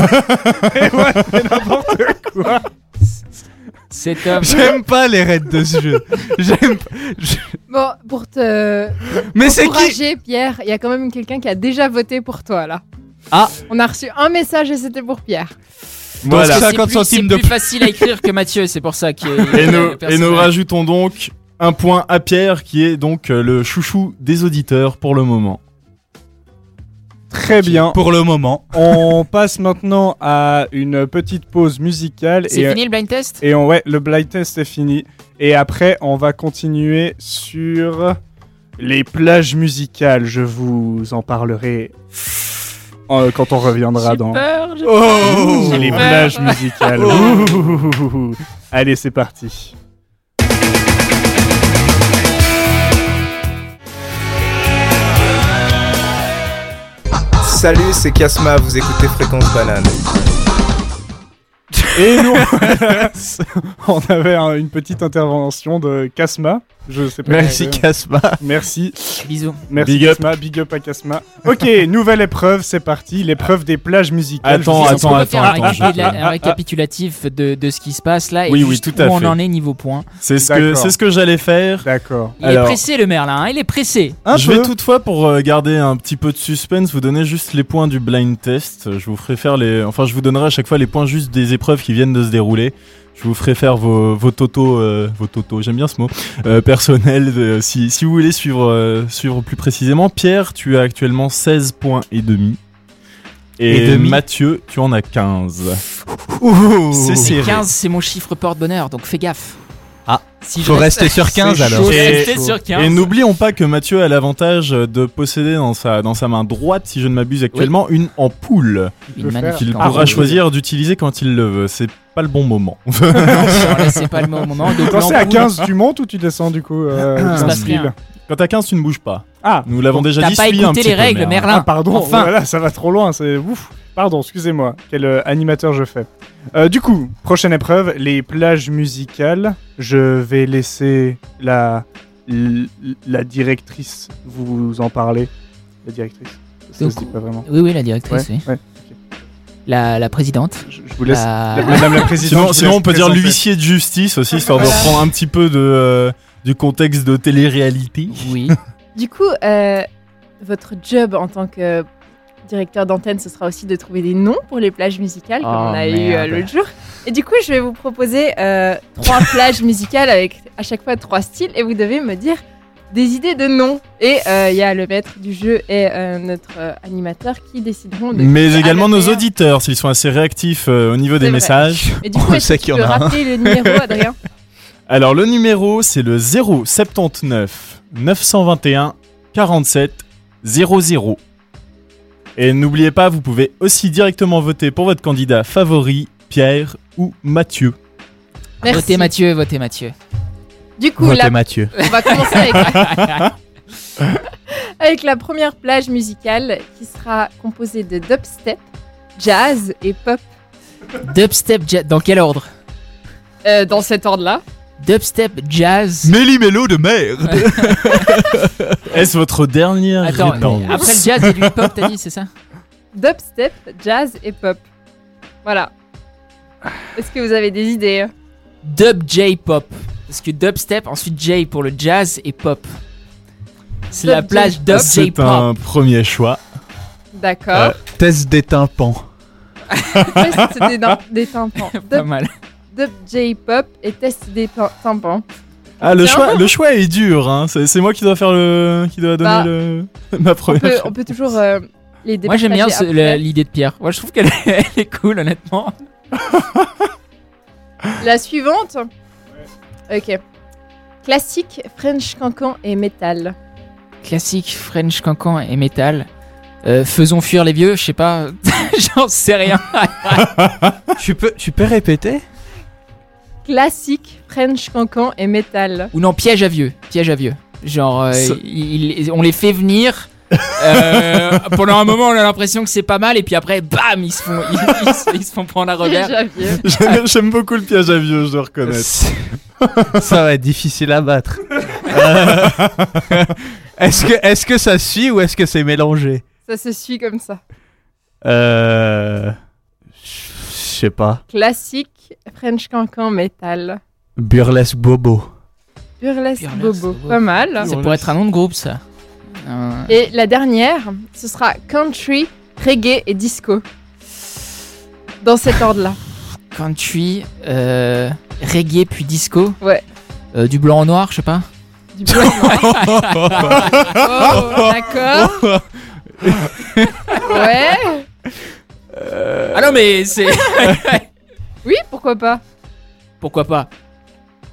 Speaker 3: Cet homme.
Speaker 2: J'aime pas les raids de ce jeu. J'aime. pas-
Speaker 8: Bon, pour te
Speaker 2: Mais c'est qui
Speaker 8: encourager, Pierre, il y a quand même quelqu'un qui a déjà voté pour toi là.
Speaker 2: Ah.
Speaker 8: On a reçu un message et c'était pour Pierre.
Speaker 4: *laughs* Voilà.
Speaker 3: C'est
Speaker 2: 50
Speaker 3: plus-
Speaker 2: centimes
Speaker 3: C'est
Speaker 2: de
Speaker 3: plus facile à écrire que Mathieu, c'est pour ça
Speaker 4: *laughs*
Speaker 3: qu'il est.
Speaker 4: Et nous, et
Speaker 3: personne-
Speaker 4: nous rajoutons donc un point à Pierre, qui est donc euh, le chouchou des auditeurs pour le moment.
Speaker 1: Très
Speaker 4: *laughs*
Speaker 1: bien.
Speaker 2: Pour le moment.
Speaker 1: On passe maintenant à une petite pause musicale.
Speaker 3: C'est
Speaker 1: et, euh,
Speaker 3: fini le blind test
Speaker 1: Et on- ouais, le blind test est fini. Et après, on va continuer sur les plages musicales. Je vous en parlerai euh, quand on reviendra
Speaker 3: J'ai
Speaker 1: dans
Speaker 3: peur, j'ai
Speaker 2: Oh
Speaker 1: les
Speaker 3: peur.
Speaker 1: plages musicales.
Speaker 3: Oh.
Speaker 1: Ouh. Allez, c'est parti.
Speaker 9: Salut, c'est Kiasma, vous écoutez Fréquence Banane.
Speaker 1: Et nous, *laughs* on avait un- une petite intervention de Casma. Je sais pas.
Speaker 2: Merci
Speaker 1: Euh,
Speaker 2: Casma.
Speaker 1: Merci.
Speaker 3: Bisous.
Speaker 1: Merci
Speaker 4: Big up.
Speaker 1: Casma. Big up à Casma. Ok, *laughs* nouvelle épreuve, c'est parti. L'épreuve des plages musicales.
Speaker 4: Attends,
Speaker 1: Je vous-
Speaker 3: Est-ce qu'on
Speaker 4: attends,
Speaker 3: peut faire
Speaker 4: attends,
Speaker 3: un
Speaker 4: attends.
Speaker 3: récapitula- un récapitulatif de, de ce qui se passe là et
Speaker 4: Oui, oui,
Speaker 3: juste
Speaker 4: tout
Speaker 3: où
Speaker 4: à
Speaker 3: on
Speaker 4: fait.
Speaker 3: en est niveau points.
Speaker 4: C'est ce que,
Speaker 1: D'accord.
Speaker 4: c'est ce que j'allais faire.
Speaker 1: D'accord.
Speaker 3: Il est
Speaker 4: Alors.
Speaker 3: pressé le Merlin, hein, il est pressé.
Speaker 1: Un
Speaker 4: je
Speaker 1: peu.
Speaker 4: vais toutefois, pour euh, garder un petit peu de suspense, vous donner juste les points du blind test. Je vous ferai faire les. Enfin, je vous donnerai à chaque fois les points juste des épreuves qui viennent de se dérouler. Je vous ferai faire vos, vos totos, euh, vos totos, j'aime bien ce mot, euh, personnels, euh, si, si vous voulez suivre, euh, suivre plus précisément. Pierre, tu as actuellement 16 points et demi. Et,
Speaker 2: Et demi
Speaker 4: Mathieu, tu en as 15. C'est
Speaker 2: C'est-
Speaker 3: Et
Speaker 4: serré.
Speaker 3: 15, c'est mon chiffre porte-bonheur, donc fais gaffe.
Speaker 2: Ah,
Speaker 3: si
Speaker 2: Faut rester sur 15
Speaker 1: C'est
Speaker 2: alors.
Speaker 1: chaud.
Speaker 4: Et-
Speaker 3: Rester sur 15.
Speaker 4: Et n'oublions pas que Mathieu a l'avantage de posséder dans sa, dans sa main droite, si je ne m'abuse actuellement, une ampoule
Speaker 1: Il peut
Speaker 3: Une magnifique
Speaker 4: qu'il
Speaker 1: Ah,
Speaker 4: pourra
Speaker 1: oui.
Speaker 3: ampoule. *laughs*
Speaker 4: choisir d'utiliser quand il le veut. C'est pas le bon moment.
Speaker 3: Alors là, c'est pas le bon moment. Donc,
Speaker 1: Quand c'est à
Speaker 3: l'ampoule,
Speaker 1: 15, tu montes ou tu descends du coup euh,
Speaker 3: Il se
Speaker 1: 15
Speaker 3: passe
Speaker 1: 000?
Speaker 3: rien.
Speaker 4: Quand t'as 15, tu ne bouges pas.
Speaker 1: Ah,
Speaker 4: Nous l'avons déjà
Speaker 3: T'as
Speaker 4: dit.
Speaker 3: pas
Speaker 4: suis un
Speaker 3: écouté
Speaker 4: petit
Speaker 3: les
Speaker 4: peu, hein.
Speaker 3: règles,
Speaker 4: merde.
Speaker 3: Merlin.
Speaker 1: Ah, pardon,
Speaker 3: Enfin.
Speaker 1: voilà, ça va trop loin, c'est ouf. Pardon, excusez-moi, quel euh, animateur je fais. Euh, du coup, prochaine épreuve, les plages musicales. Je vais laisser la, l- la directrice vous en parler. La directrice Ça
Speaker 3: Donc,
Speaker 1: se dit pas vraiment.
Speaker 3: Oui, oui, la directrice,
Speaker 1: Ouais,
Speaker 3: oui.
Speaker 1: ouais.
Speaker 3: La, la présidente.
Speaker 1: Je, je vous laisse.
Speaker 3: la-
Speaker 1: La- Madame la présidente. je
Speaker 4: Sinon,
Speaker 1: vous
Speaker 4: sinon
Speaker 1: laisse
Speaker 4: on peut dire
Speaker 1: présenter.
Speaker 4: l'huissier de justice aussi, histoire de reprendre un petit peu de, euh, du contexte de télé-réalité.
Speaker 3: Oui.
Speaker 8: Du coup, euh, votre job en tant que directeur d'antenne, ce sera aussi de trouver des noms pour les plages musicales, comme
Speaker 3: Oh,
Speaker 8: on a eu euh,
Speaker 3: merde.
Speaker 8: l'autre jour. Et du coup, je vais vous proposer euh, trois plages musicales avec à chaque fois trois styles, et vous devez me dire des idées de noms. Et euh, il y a le maître du jeu et euh, notre euh, animateur qui décideront de.
Speaker 4: Mais
Speaker 8: qui a
Speaker 4: également
Speaker 8: le
Speaker 4: nos
Speaker 8: meilleur.
Speaker 4: auditeurs, s'ils sont assez réactifs euh, au niveau des
Speaker 8: C'est vrai.
Speaker 4: messages.
Speaker 8: Et du
Speaker 2: On
Speaker 8: coup, est-ce
Speaker 2: sait
Speaker 8: que tu
Speaker 2: qu'il y
Speaker 8: peux
Speaker 2: en a un.
Speaker 8: rappeler
Speaker 2: *laughs*
Speaker 8: le numéro, Adrien
Speaker 4: Alors le numéro c'est le 079 921 47 00. Et n'oubliez pas, vous pouvez aussi directement voter pour votre candidat favori, Pierre ou Mathieu.
Speaker 8: Merci.
Speaker 3: Votez Mathieu, votez Mathieu.
Speaker 8: Du coup, la
Speaker 2: Mathieu.
Speaker 8: On va commencer avec,
Speaker 2: *laughs*
Speaker 8: avec la première plage musicale qui sera composée de dubstep, jazz et pop
Speaker 3: Dubstep, jazz. Dans quel ordre
Speaker 8: euh, dans cet ordre-là.
Speaker 3: Dubstep, jazz.
Speaker 2: Méli-mélo de merde.
Speaker 4: Est-ce votre dernière
Speaker 3: Attends,
Speaker 4: réponse
Speaker 3: après le jazz, il y a du hip-hop, t'as dit, c'est ça
Speaker 8: Dubstep, jazz et pop. Voilà. Est-ce que vous avez des idées
Speaker 3: Dub J pop. Parce que dubstep, ensuite J pour le jazz et pop. C'est
Speaker 8: Dub
Speaker 3: la
Speaker 8: J.
Speaker 3: plage dub J
Speaker 4: C'est
Speaker 3: pop.
Speaker 4: un premier choix.
Speaker 8: D'accord.
Speaker 2: Test des tympans. Euh.
Speaker 8: *laughs* Test
Speaker 2: *laughs*
Speaker 8: des, dam- des tympans.
Speaker 3: Pas
Speaker 8: Dub,
Speaker 3: mal.
Speaker 8: dub J-pop et test des pin- tympans.
Speaker 4: Ah le
Speaker 8: C'est
Speaker 4: choix, le choix est dur. hein. C'est c'est moi qui dois faire le, qui dois donner
Speaker 8: Bah,
Speaker 4: le, *laughs* ma
Speaker 8: On
Speaker 4: première.
Speaker 8: peut,
Speaker 4: *laughs*
Speaker 8: on peut toujours euh, les
Speaker 3: Moi j'aime bien ce-
Speaker 8: départager
Speaker 3: le-
Speaker 8: après.
Speaker 3: l'idée de Pierre. Moi je trouve qu'elle *laughs* est- elle est cool honnêtement.
Speaker 8: La suivante Ok. Classique, French cancan et métal.
Speaker 3: Classique French cancan et métal. Euh, faisons fuir les vieux, je sais pas, *laughs* j'en sais rien.
Speaker 2: Tu peux, tu peux répéter
Speaker 8: Classique, French cancan et métal.
Speaker 3: *laughs* Ou non, piège à vieux, piège à vieux. Genre, euh,
Speaker 4: Ça-
Speaker 3: il- il- on les fait venir. *laughs* euh, pendant un moment, on a l'impression que c'est pas mal, et puis après, bam, ils se font, ils, ils se- ils se font prendre à
Speaker 8: *laughs*
Speaker 3: revers.
Speaker 8: J'avais.
Speaker 4: J'aime- J'aime beaucoup le piège à vieux, je dois
Speaker 8: *laughs*
Speaker 4: reconnaître.
Speaker 2: Euh, C'est- Ça va être difficile à battre. Euh, est-ce que, est-ce que ça suit ou est-ce que c'est mélangé
Speaker 8: Ça se suit comme ça.
Speaker 2: Euh, je sais pas.
Speaker 8: Classique, French cancan, métal.
Speaker 2: Burlesque bobo.
Speaker 8: Burlesque
Speaker 3: Burlesque
Speaker 8: bobo.
Speaker 3: bobo.
Speaker 8: Pas mal.
Speaker 3: C'est pour être un nom de groupe, ça. Euh,
Speaker 8: Et la dernière, ce sera country, reggae et disco. Dans cet ordre-là.
Speaker 3: country, euh, reggae puis disco.
Speaker 8: Ouais.
Speaker 3: Euh, du blanc au noir, je sais pas. *laughs*
Speaker 8: Du blanc. Oh, D'accord. Ouais.
Speaker 3: Ah non, mais c'est.
Speaker 8: Oui, pourquoi pas.
Speaker 3: Pourquoi pas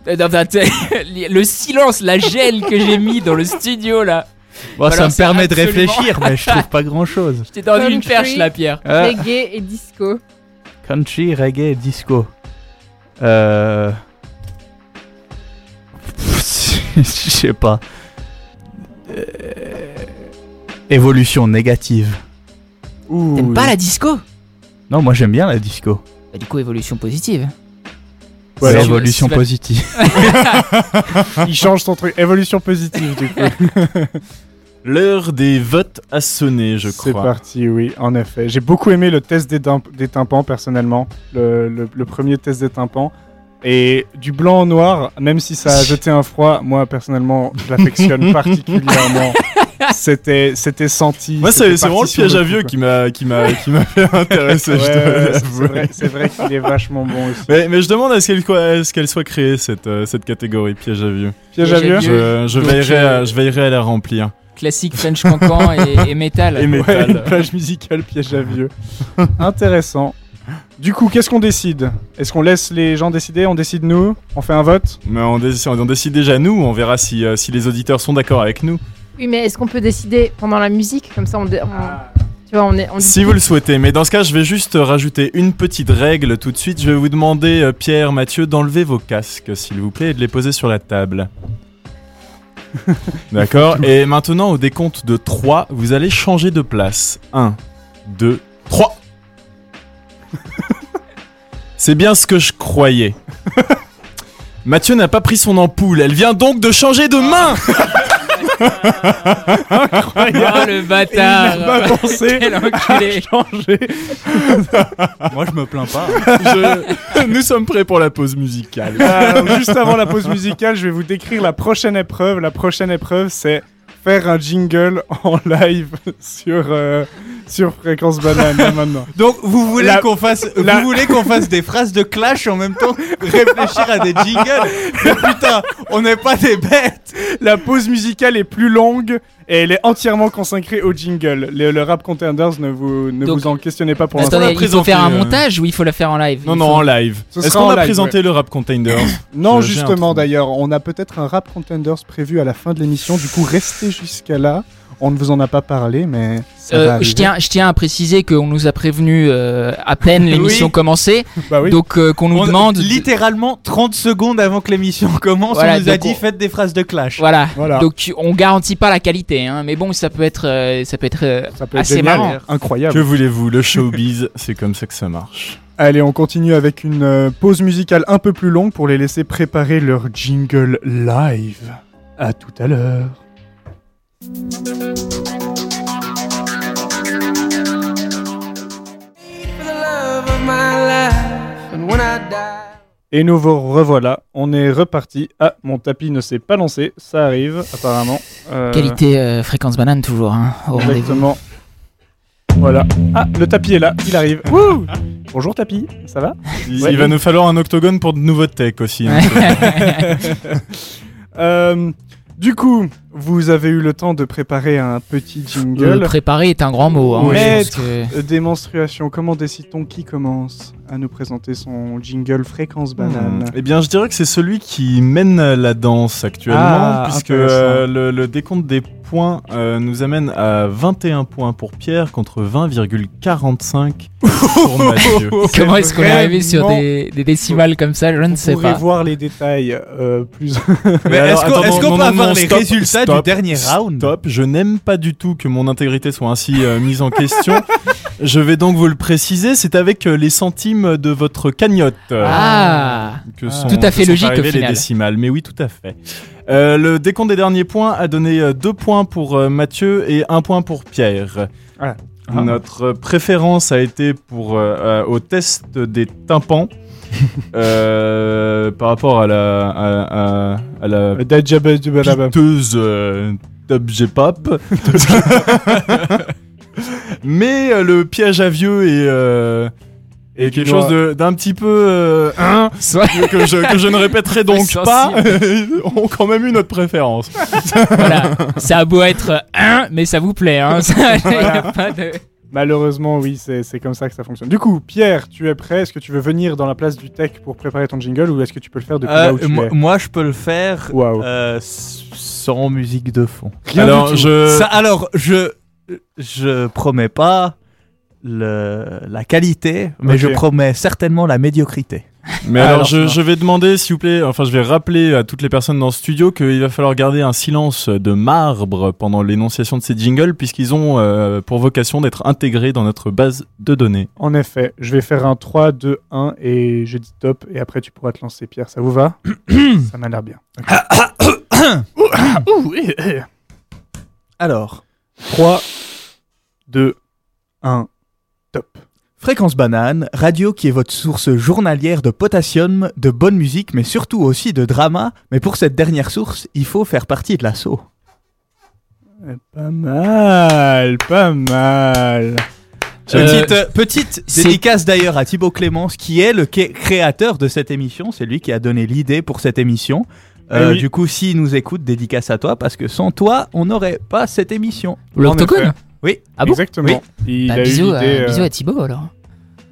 Speaker 3: Euh, non, enfin, t'es- *laughs* Le silence, la gêne que j'ai mis dans le studio là.
Speaker 2: Bon, ça
Speaker 3: Alors,
Speaker 2: me
Speaker 3: c'est
Speaker 2: permet de
Speaker 3: absolument-
Speaker 2: réfléchir, mais je trouve pas grand chose.
Speaker 3: J'étais dans une
Speaker 8: Country.
Speaker 3: perche là, Pierre.
Speaker 2: Ah,
Speaker 8: Reggae et disco.
Speaker 2: country, reggae, disco. Euh. *laughs* Pff, Je sais pas. Euh, Évolution négative.
Speaker 3: Euh, T'aimes pas la disco
Speaker 2: Non, moi j'aime bien la disco.
Speaker 3: Bah, Du coup, évolution positive.
Speaker 1: Ouais,
Speaker 2: C'est
Speaker 1: alors,
Speaker 2: évolution
Speaker 3: c'est-
Speaker 2: positive.
Speaker 1: il change son truc. Évolution positive, du coup.
Speaker 4: L'heure des votes a sonné, je
Speaker 1: C'est
Speaker 4: crois.
Speaker 1: parti, oui, en effet. J'ai beaucoup aimé le test des, dym- des tympans, personnellement. Le, le- le premier test des tympans. Et du blanc au noir, même si
Speaker 4: *laughs*
Speaker 1: ça a jeté un froid, moi, personnellement, je l'affectionne particulièrement. C'était, c'était senti.
Speaker 4: Moi,
Speaker 1: c'était
Speaker 4: c'est c'est vraiment le
Speaker 1: parti sur
Speaker 4: piège à
Speaker 1: coup,
Speaker 4: vieux
Speaker 1: quoi.
Speaker 4: qui m'a qui m'a qui m'a *laughs* fait intéresser.
Speaker 1: Ouais,
Speaker 4: je dois
Speaker 1: ouais, c'est
Speaker 4: l'avouer.
Speaker 1: vrai, c'est vrai qu'il est vachement bon aussi.
Speaker 4: Mais, mais je demande à ce qu'elle quoi- à ce qu'elle soit créée cette euh, cette catégorie piège à vieux.
Speaker 1: Piège à
Speaker 3: Piège
Speaker 1: vieux
Speaker 3: à vieux.
Speaker 4: Je, je
Speaker 1: Donc,
Speaker 4: veillerai
Speaker 1: euh,
Speaker 4: à, je veillerai à la remplir.
Speaker 3: Classique French cancan et, et métal.
Speaker 4: Et
Speaker 1: Ouais,
Speaker 4: métal.
Speaker 1: une plage musicale, piège à vieux. Intéressant. Du coup, qu'est-ce qu'on décide Est-ce qu'on laisse les gens décider On décide nous On fait un
Speaker 4: *laughs*
Speaker 1: vote
Speaker 4: Mais on, dé- on décide déjà nous, on verra si, euh, si les auditeurs sont d'accord avec nous.
Speaker 8: Oui, mais est-ce qu'on peut décider pendant la musique Comme ça, on. dé- on- Tu vois, on est. On
Speaker 4: Si vous le souhaitez, mais dans ce cas, je vais juste rajouter une petite règle tout de suite. Je vais vous demander, euh, Pierre, Mathieu, d'enlever vos casques, s'il vous plaît, et de les poser sur la table. D'accord Et maintenant, au décompte de 3, vous allez changer de place. 1, 2, 3 C'est bien ce que je croyais. Mathieu n'a pas pris son ampoule, elle vient donc de changer de main
Speaker 1: *laughs*
Speaker 3: Oh, le bâtard
Speaker 1: pensé
Speaker 3: *laughs* Quel enculé
Speaker 2: moi je me plains pas.
Speaker 4: Je- *laughs* Nous sommes prêts pour la pause musicale.
Speaker 1: Alors, Euh, juste avant la pause musicale, je vais vous décrire la prochaine épreuve. La prochaine épreuve, c'est faire un jingle en live *laughs* sur, euh, sur Fréquence Banane là, maintenant.
Speaker 2: *laughs* Donc vous voulez
Speaker 1: La-
Speaker 2: qu'on fasse,
Speaker 1: la-
Speaker 2: vous voulez qu'on fasse des phrases de clash en même
Speaker 3: *laughs*
Speaker 2: temps, réfléchir à des jingles. Mais putain, on n'est pas des bêtes.
Speaker 1: La pause musicale est plus longue et elle est entièrement consacrée au jingle. Le, le rap contenders, ne vous, ne
Speaker 3: Donc-
Speaker 1: vous en questionnez pas pour l'instant.
Speaker 3: Attendez, il faut
Speaker 4: présenté,
Speaker 3: faire un
Speaker 4: euh,
Speaker 3: montage ou il faut le faire en live
Speaker 4: Non,
Speaker 3: Il
Speaker 4: non,
Speaker 3: faut-
Speaker 4: en live.
Speaker 1: Ce
Speaker 4: Est-ce
Speaker 1: sera
Speaker 4: qu'on
Speaker 1: en
Speaker 4: a
Speaker 1: live,
Speaker 4: présenté le rap contender *laughs*
Speaker 1: Non,
Speaker 4: Je- j'ai un
Speaker 1: justement
Speaker 4: trou.
Speaker 1: d'ailleurs, on a peut-être un rap contenders prévu à la fin de l'émission. Du coup, restez jusqu'à là. On ne vous en a pas parlé, mais ça va
Speaker 3: Euh,
Speaker 1: arriver.
Speaker 3: je, tiens, je tiens à préciser qu'on nous a prévenu euh, à peine l'émission
Speaker 2: Oui.
Speaker 3: commençait,
Speaker 1: Bah oui.
Speaker 3: donc euh, qu'on nous
Speaker 2: On
Speaker 3: demande. de-
Speaker 2: littéralement 30 secondes avant que l'émission commence,
Speaker 3: Voilà,
Speaker 2: on nous a
Speaker 3: donc
Speaker 2: dit
Speaker 3: on-
Speaker 2: faites des phrases de clash.
Speaker 3: Voilà.
Speaker 1: Voilà.
Speaker 3: Donc on garantit pas la qualité, hein, mais bon, ça peut être, euh, ça peut être euh,
Speaker 1: ça peut être
Speaker 3: assez
Speaker 1: génial,
Speaker 3: marrant.
Speaker 1: incroyable.
Speaker 4: Que voulez-vous Le showbiz, c'est comme ça que ça marche.
Speaker 1: Allez, on continue avec une euh, pause musicale un peu plus longue pour les laisser préparer leur jingle live. À tout à l'heure. Et nous vous revoilà, on est reparti. Ah, mon tapis ne s'est pas lancé, ça arrive apparemment. Euh,
Speaker 3: Qualité euh, fréquence banane toujours. Hein, au rendez-vous.
Speaker 1: Exactement. Voilà. Ah, le tapis est là, il arrive. Wouh Bonjour tapis, ça va
Speaker 4: Il,
Speaker 1: Ouais.
Speaker 4: il va nous falloir un octogone pour de nouveaux tech aussi. hein.
Speaker 1: Euh, du coup, vous avez eu le temps de préparer un petit
Speaker 3: Le
Speaker 1: jingle.
Speaker 3: Euh, préparer est un grand mot. Hein,
Speaker 1: Oui.
Speaker 3: je pense que-
Speaker 1: Euh, Des menstruations, comment décide-t-on qui commence à nous présenter son jingle fréquence banane
Speaker 4: Eh bien, je dirais que c'est celui qui mène la danse actuellement,
Speaker 1: Ah,
Speaker 4: puisque
Speaker 1: intéressant.
Speaker 4: euh, le, le décompte des points euh, nous amène à 21 points pour Pierre contre *laughs* 20,45 pour Mathieu.
Speaker 3: *laughs* Comment est-ce qu'on est arrivé sur
Speaker 1: vraiment-
Speaker 3: des, des décimales comme ça Je ne sais
Speaker 1: Vous pourrez
Speaker 3: pas.
Speaker 1: voir les détails euh, plus. *laughs*
Speaker 2: Mais
Speaker 4: alors,
Speaker 2: est-ce qu'on
Speaker 4: attends,
Speaker 2: est-ce
Speaker 4: non,
Speaker 2: qu'on
Speaker 4: non,
Speaker 2: peut
Speaker 4: non,
Speaker 2: avoir
Speaker 4: non,
Speaker 2: les
Speaker 4: stop,
Speaker 2: résultats du
Speaker 4: stop,
Speaker 2: dernier round
Speaker 4: Top, je n'aime pas du tout que mon intégrité soit ainsi euh, mise en question. je vais donc vous le préciser, c'est avec euh, les centimes de votre cagnotte. euh,
Speaker 3: Ah
Speaker 4: que sont-
Speaker 3: Tout à fait
Speaker 4: que sont
Speaker 3: logique, au
Speaker 4: arrivées les
Speaker 3: final.
Speaker 4: décimales, mais oui, tout à fait. Euh, le décompte des derniers points a donné euh, deux points pour euh, Mathieu et un point pour Pierre.
Speaker 1: Ah.
Speaker 4: Ah. Notre préférence a été pour euh, euh, au test des tympans *laughs* euh, par rapport à la à, à- à la
Speaker 1: Dajabadabadaba.
Speaker 4: piteuse euh, top J-pop. Mais euh, le piège à vieux est, euh,
Speaker 1: Et
Speaker 4: quelque
Speaker 1: tu
Speaker 4: chose
Speaker 1: dois-
Speaker 4: de- d'un petit peu euh, hein,
Speaker 1: *laughs*
Speaker 4: que, je, que je ne répéterai donc
Speaker 3: Sensible.
Speaker 4: pas, *laughs* ont quand même eu notre préférence.
Speaker 3: voilà. Ça a beau être un, mais ça vous plaît. Hein. Ça, y a pas de-
Speaker 1: Malheureusement, oui, c'est c'est comme ça que ça fonctionne. Du coup, Pierre, tu es prêt Est-ce que tu veux venir dans la place du tech pour préparer ton jingle ou est-ce que tu peux le faire depuis là où tu
Speaker 2: Euh, moi,
Speaker 1: es
Speaker 2: moi, je peux le faire
Speaker 1: Waouh.
Speaker 2: euh, s- sans musique de fond.
Speaker 1: Rien du
Speaker 4: Alors
Speaker 1: tout.
Speaker 4: je
Speaker 2: Ça, alors, je je promets pas le, la qualité, mais
Speaker 1: Ok.
Speaker 2: je promets certainement la médiocrité.
Speaker 4: Mais
Speaker 1: Ah,
Speaker 4: alors,
Speaker 1: alors,
Speaker 4: je, je vais demander, s'il vous plaît, enfin, je vais rappeler à toutes les personnes dans le studio qu'il va falloir garder un silence de marbre pendant l'énonciation de ces jingles, puisqu'ils ont euh, pour vocation d'être intégrés dans notre base de données.
Speaker 1: En effet, je vais faire un 3, 2, 1 et je dis top et après tu pourras te lancer, Pierre. Ça vous
Speaker 3: *clears throat*
Speaker 1: va Ça m'a l'air bien.
Speaker 3: *coughs*
Speaker 2: Alors,
Speaker 1: 3, 2, 1, top.
Speaker 2: Fréquence Banane, radio qui est votre source journalière de potassium, de bonne musique, mais surtout aussi de drama. Mais pour cette dernière source, il faut faire partie de l'assaut.
Speaker 1: Eh, Pas mal, pas mal.
Speaker 3: Euh,
Speaker 2: petite euh, petite
Speaker 3: c'est-
Speaker 2: dédicace d'ailleurs à Thibaut Clémence, qui est le quai- créateur de cette émission. C'est lui qui a donné l'idée pour cette émission. Euh,
Speaker 1: Eh oui.
Speaker 2: Du coup, s'il nous écoute, dédicace à toi, parce que sans toi, on n'aurait pas cette émission.
Speaker 3: L'octogone
Speaker 2: Oui.
Speaker 3: Ah bon
Speaker 1: Exactement. Il
Speaker 3: Bah,
Speaker 1: a eu
Speaker 3: bisous, à,
Speaker 1: l'idée, euh,
Speaker 3: bisous à Thibaut alors.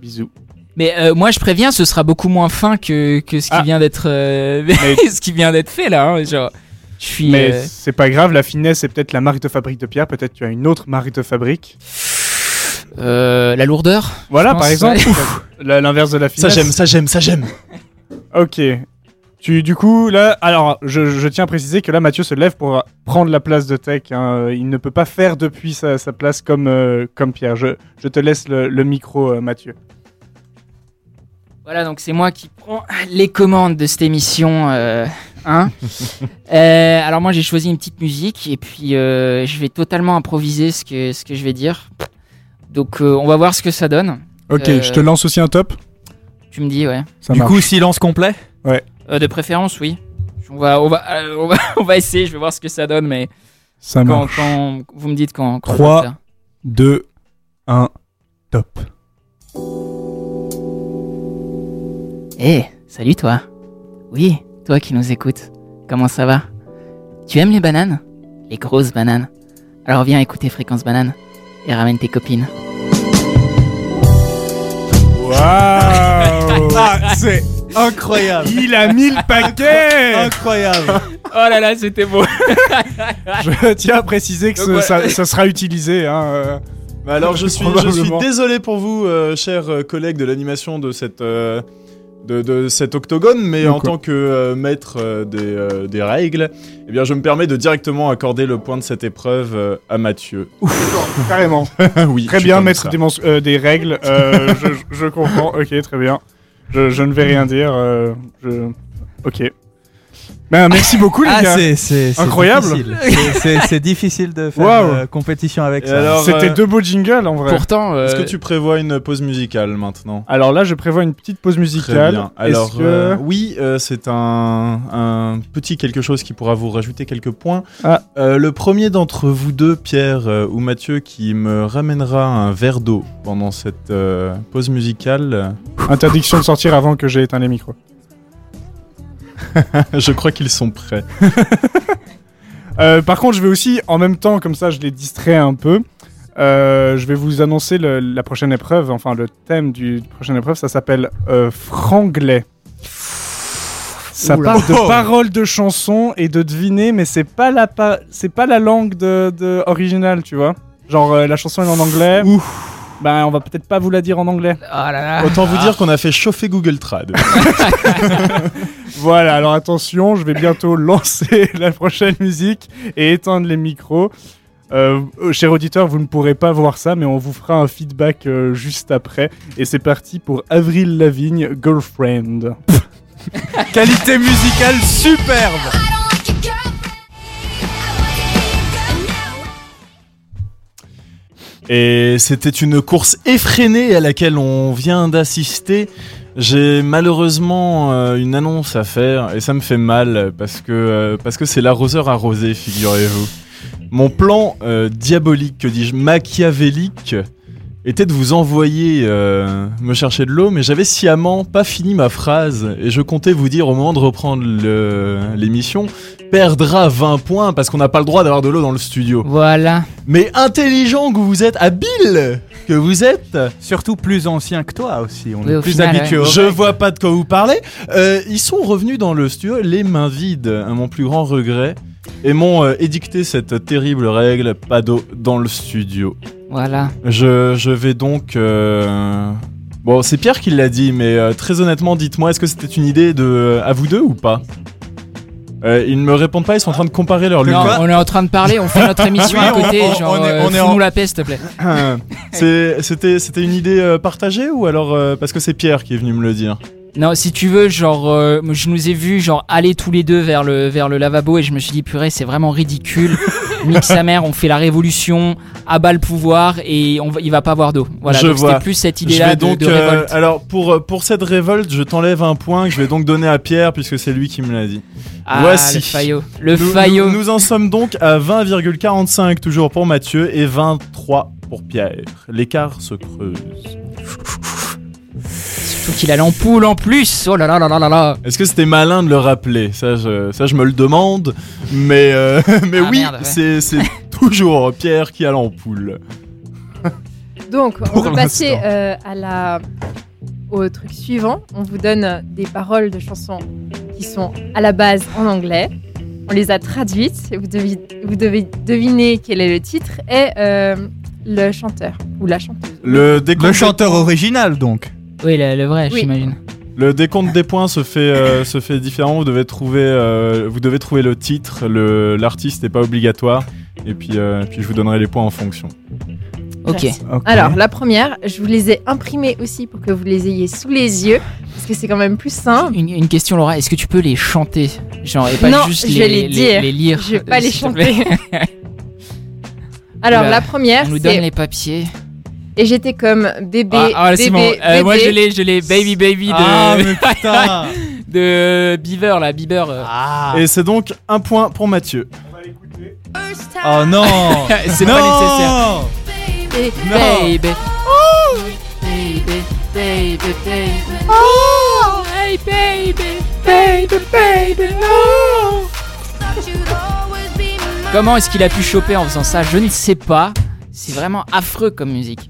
Speaker 1: bisous.
Speaker 3: Mais euh, moi je préviens, ce sera beaucoup moins fin que, que ce qui
Speaker 1: Ah.
Speaker 3: vient d'être euh, *laughs*
Speaker 1: Mais-
Speaker 3: ce qui vient d'être fait là. hein, genre, je suis.
Speaker 1: Mais
Speaker 3: euh,
Speaker 1: c'est pas grave, la finesse c'est peut-être la marque de fabrique de Pierre, peut-être tu as une autre marque de fabrique.
Speaker 3: euh, la lourdeur.
Speaker 1: Voilà,
Speaker 3: Je
Speaker 1: par
Speaker 3: pense,
Speaker 1: exemple,
Speaker 3: ouais.
Speaker 1: Ouf. La- l'inverse de la finesse.
Speaker 4: ça j'aime, ça j'aime.
Speaker 1: Ok. Tu, du coup, là, alors, je, je tiens à préciser que là, Mathieu se lève pour prendre la place de Tech. hein. Il ne peut pas faire depuis sa, sa place comme, euh, comme Pierre. Je, je te laisse le, le micro, euh, Mathieu.
Speaker 3: Voilà, donc c'est moi qui prends les commandes de cette émission. euh, hein. Euh, alors moi j'ai choisi une petite musique et puis euh, je vais totalement improviser ce que, ce que je vais dire. Donc euh, on va voir ce que ça donne.
Speaker 1: Ok,
Speaker 3: Euh, je te
Speaker 1: lance aussi un top.
Speaker 3: Tu me dis, ouais.
Speaker 1: Ça
Speaker 2: du coup, silence complet.
Speaker 3: Euh, de préférence, oui. On va, on, va, euh, on, va, *laughs* on va essayer, je vais voir ce que ça donne, mais
Speaker 1: ça
Speaker 3: quand, quand- vous me dites quand. quand
Speaker 1: Trois.
Speaker 3: je vais le faire.
Speaker 1: 2, 1, top.
Speaker 3: Eh, salut toi. Oui, toi qui nous écoutes. Comment ça va Tu aimes les bananes Les grosses bananes. Alors viens écouter Fréquence Banane et ramène tes copines.
Speaker 1: *laughs* Ah,
Speaker 2: c'est
Speaker 1: *laughs*
Speaker 2: incroyable.
Speaker 1: Il a mis le *laughs* paquet
Speaker 2: Incroyable.
Speaker 3: Oh là là, c'était beau.
Speaker 1: Je tiens à préciser que
Speaker 3: Donc
Speaker 1: ce-
Speaker 3: voilà.
Speaker 1: ça, ça sera utilisé. Hein, euh.
Speaker 4: Mais alors, je suis, je suis
Speaker 1: Probablement.
Speaker 4: désolé pour vous, euh, chers euh, collègues de l'animation de cette. euh, De, de cet octogone, mais
Speaker 1: De
Speaker 4: en
Speaker 1: quoi
Speaker 4: tant que euh, maître euh, des, euh, des règles, eh bien, je me permets de directement accorder le point de cette épreuve euh, à Mathieu.
Speaker 1: Carrément.
Speaker 4: oui,
Speaker 1: Très
Speaker 4: je
Speaker 1: bien,
Speaker 4: connais
Speaker 1: mettre
Speaker 4: ça.
Speaker 1: des, mens- euh, des règles. euh,
Speaker 4: *laughs*
Speaker 1: je, je- je comprends. Ok, très bien. Je, je ne vais rien dire. euh, je... Ok. Ben, merci beaucoup, les
Speaker 2: Ah,
Speaker 1: gars.
Speaker 2: c'est- c'est c'est
Speaker 1: Incroyable.
Speaker 2: difficile. C'est- C'est c'est difficile de faire
Speaker 1: Waouh.
Speaker 2: euh, compétition avec
Speaker 4: Et
Speaker 2: ça.
Speaker 4: alors,
Speaker 1: C'était
Speaker 4: euh,
Speaker 1: deux beaux jingles en vrai.
Speaker 3: Pourtant, euh,
Speaker 4: Est-ce que tu prévois une pause musicale maintenant
Speaker 1: Alors là, je prévois une petite pause
Speaker 4: Très
Speaker 1: musicale.
Speaker 4: bien. Alors,
Speaker 1: Est-ce que-
Speaker 4: euh, *laughs* oui, euh, c'est un, un petit quelque chose qui pourra vous rajouter quelques points.
Speaker 1: Ah.
Speaker 4: Euh, le premier d'entre vous deux, Pierre euh, ou Mathieu, qui me ramènera un verre d'eau pendant cette euh, pause musicale. *laughs*
Speaker 1: Interdiction de sortir avant que j'ai éteint les micros.
Speaker 4: je crois qu'ils sont prêts.
Speaker 1: Euh, par contre, je vais aussi, en même temps, comme ça, je les distrais un peu. euh, je vais vous annoncer le- la prochaine épreuve, enfin le thème du, du prochaine épreuve, ça s'appelle euh, franglais. Ça
Speaker 3: Oula.
Speaker 1: parle de paroles de chansons et de deviner, mais c'est pas la pa- c'est pas la langue de, de- originale, tu vois. Genre euh, la chanson est en anglais. Ben on va peut-être pas vous la dire en anglais.
Speaker 3: Oh là là.
Speaker 1: Ah.
Speaker 4: Autant vous dire qu'on a fait chauffer Google Trad.
Speaker 1: Voilà, alors attention, je vais bientôt *laughs* lancer la prochaine musique et éteindre les micros. Euh, euh, chers auditeurs, vous ne pourrez pas voir ça, mais on vous fera un feedback euh, juste après. Et c'est parti pour Avril Lavigne, Girlfriend.
Speaker 2: *laughs* Qualité musicale superbe.
Speaker 4: Et c'était une course effrénée à laquelle on vient d'assister. J'ai malheureusement euh, une annonce à faire et ça me fait mal parce que euh, parce que c'est l'arroseur arrosé, figurez-vous. Mon plan euh, diabolique, que dis-je, machiavélique, était de vous envoyer euh, me chercher de l'eau, mais j'avais sciemment pas fini ma phrase et je comptais vous dire au moment de reprendre le- l'émission, perdra 20 points parce qu'on n'a pas le droit d'avoir de l'eau dans le studio.
Speaker 3: Voilà.
Speaker 4: Mais intelligent que vous êtes, habile que vous êtes,
Speaker 2: Surtout plus ancien que toi aussi, on
Speaker 3: Oui,
Speaker 2: est
Speaker 3: au
Speaker 2: plus
Speaker 3: final, hein.
Speaker 2: habitué. aux
Speaker 4: je
Speaker 2: règles.
Speaker 4: vois pas de quoi vous parlez. Euh, ils sont revenus dans le studio les mains vides, à mon plus grand regret, et m'ont euh, édicté cette terrible règle, pas d'eau dans le studio.
Speaker 3: Voilà.
Speaker 4: Je, je vais donc. euh, Bon, c'est Pierre qui l'a dit, mais euh, très honnêtement, dites-moi, est-ce que c'était une idée de à vous deux ou pas Euh, Ils ne me répondent pas, ils sont en train de comparer leurs
Speaker 3: Non,
Speaker 4: lumières.
Speaker 3: on est en train de parler, on fait
Speaker 4: *laughs*
Speaker 3: notre émission à
Speaker 4: Oui, on-
Speaker 3: côté,
Speaker 4: on-
Speaker 3: genre,
Speaker 4: on est- on est
Speaker 3: nous
Speaker 4: en-
Speaker 3: la paix, s'il te plaît.
Speaker 4: Ah. C'est- C'était c'était une idée euh, partagée ou alors euh, parce que c'est Pierre qui est venu me le dire
Speaker 3: Non, si tu veux, genre, euh, je nous ai vus, genre, aller tous les deux vers le, vers le lavabo et je me suis dit, purée, c'est vraiment
Speaker 4: *laughs*
Speaker 3: ridicule. Nique sa mère, on fait la révolution, abat le pouvoir et on va, il va pas avoir d'eau. Voilà,
Speaker 4: Je
Speaker 3: donc c'était
Speaker 4: vois.
Speaker 3: plus cette
Speaker 4: Je
Speaker 3: idée-là
Speaker 4: vais
Speaker 3: de,
Speaker 4: donc.
Speaker 3: de
Speaker 4: euh,
Speaker 3: révolte.
Speaker 4: alors pour pour cette révolte, je t'enlève un point que je vais donc donner à Pierre puisque c'est lui qui me l'a dit.
Speaker 3: Ah,
Speaker 4: voici.
Speaker 3: le faillot. Le
Speaker 4: Nous-
Speaker 3: faillot.
Speaker 4: Nous, nous en sommes donc à 20,45 toujours pour Mathieu et 23 pour Pierre. L'écart se creuse.
Speaker 3: Surtout qu'il a l'ampoule en plus. Oh là là là là là là.
Speaker 4: Est-ce que c'était malin de le rappeler ça je, ça, je me le demande. Mais, euh, *laughs* mais
Speaker 3: Ah,
Speaker 4: oui,
Speaker 3: merde, ouais.
Speaker 4: c'est c'est toujours Pierre qui a l'ampoule.
Speaker 8: Donc, on
Speaker 4: Pour
Speaker 8: peut passer
Speaker 4: l'instant.
Speaker 8: euh, à la... au truc suivant. On vous donne des paroles de chansons qui sont à la base en anglais. On les a traduites. Et vous, devez, vous devez deviner quel est le titre et euh, le chanteur ou la chanteuse.
Speaker 4: Le décompte,
Speaker 2: Le chanteur original donc.
Speaker 3: Oui, le, le vrai,
Speaker 8: Oui.
Speaker 3: j'imagine.
Speaker 4: le décompte des points se fait, euh, se fait différent. Vous devez trouver, euh, vous devez trouver le titre, le- l'artiste n'est pas obligatoire. Et puis, euh, puis je vous donnerai les points en fonction.
Speaker 3: Ok.
Speaker 8: Merci. Alors, la première, je vous les ai imprimées aussi pour que vous les ayez sous les yeux parce que c'est quand même plus simple.
Speaker 3: Une, une question, Laura, est-ce que tu peux les chanter Genre, et pas
Speaker 8: Non,
Speaker 3: juste
Speaker 8: je
Speaker 3: les,
Speaker 8: vais les dire.
Speaker 3: les lire.
Speaker 8: Je vais pas
Speaker 3: euh,
Speaker 8: les
Speaker 3: s'il te plaît.
Speaker 8: chanter. *laughs* Alors,
Speaker 3: Oula.
Speaker 8: la première,
Speaker 3: On nous
Speaker 8: c'est
Speaker 3: donne les papiers.
Speaker 8: Et j'étais comme bébé.
Speaker 3: ah, ah, c'est
Speaker 8: bébé,
Speaker 3: bon. Euh,
Speaker 8: bébé.
Speaker 3: moi, je l'ai, je l'ai Baby Baby de,
Speaker 2: Ah mais putain
Speaker 3: de Beaver, là, Beaver. euh.
Speaker 2: *laughs* Ah.
Speaker 4: Et c'est donc un point pour Mathieu.
Speaker 2: Oh
Speaker 3: *laughs*
Speaker 2: non
Speaker 3: *laughs* c'est
Speaker 2: Non
Speaker 3: pas nécessaire. Baby.
Speaker 8: Et-
Speaker 3: Baby. Baby, baby, baby. Hey, baby, baby, baby, no. Comment est-ce qu'il a pu choper en faisant ça Je ne sais pas. C'est vraiment affreux comme musique.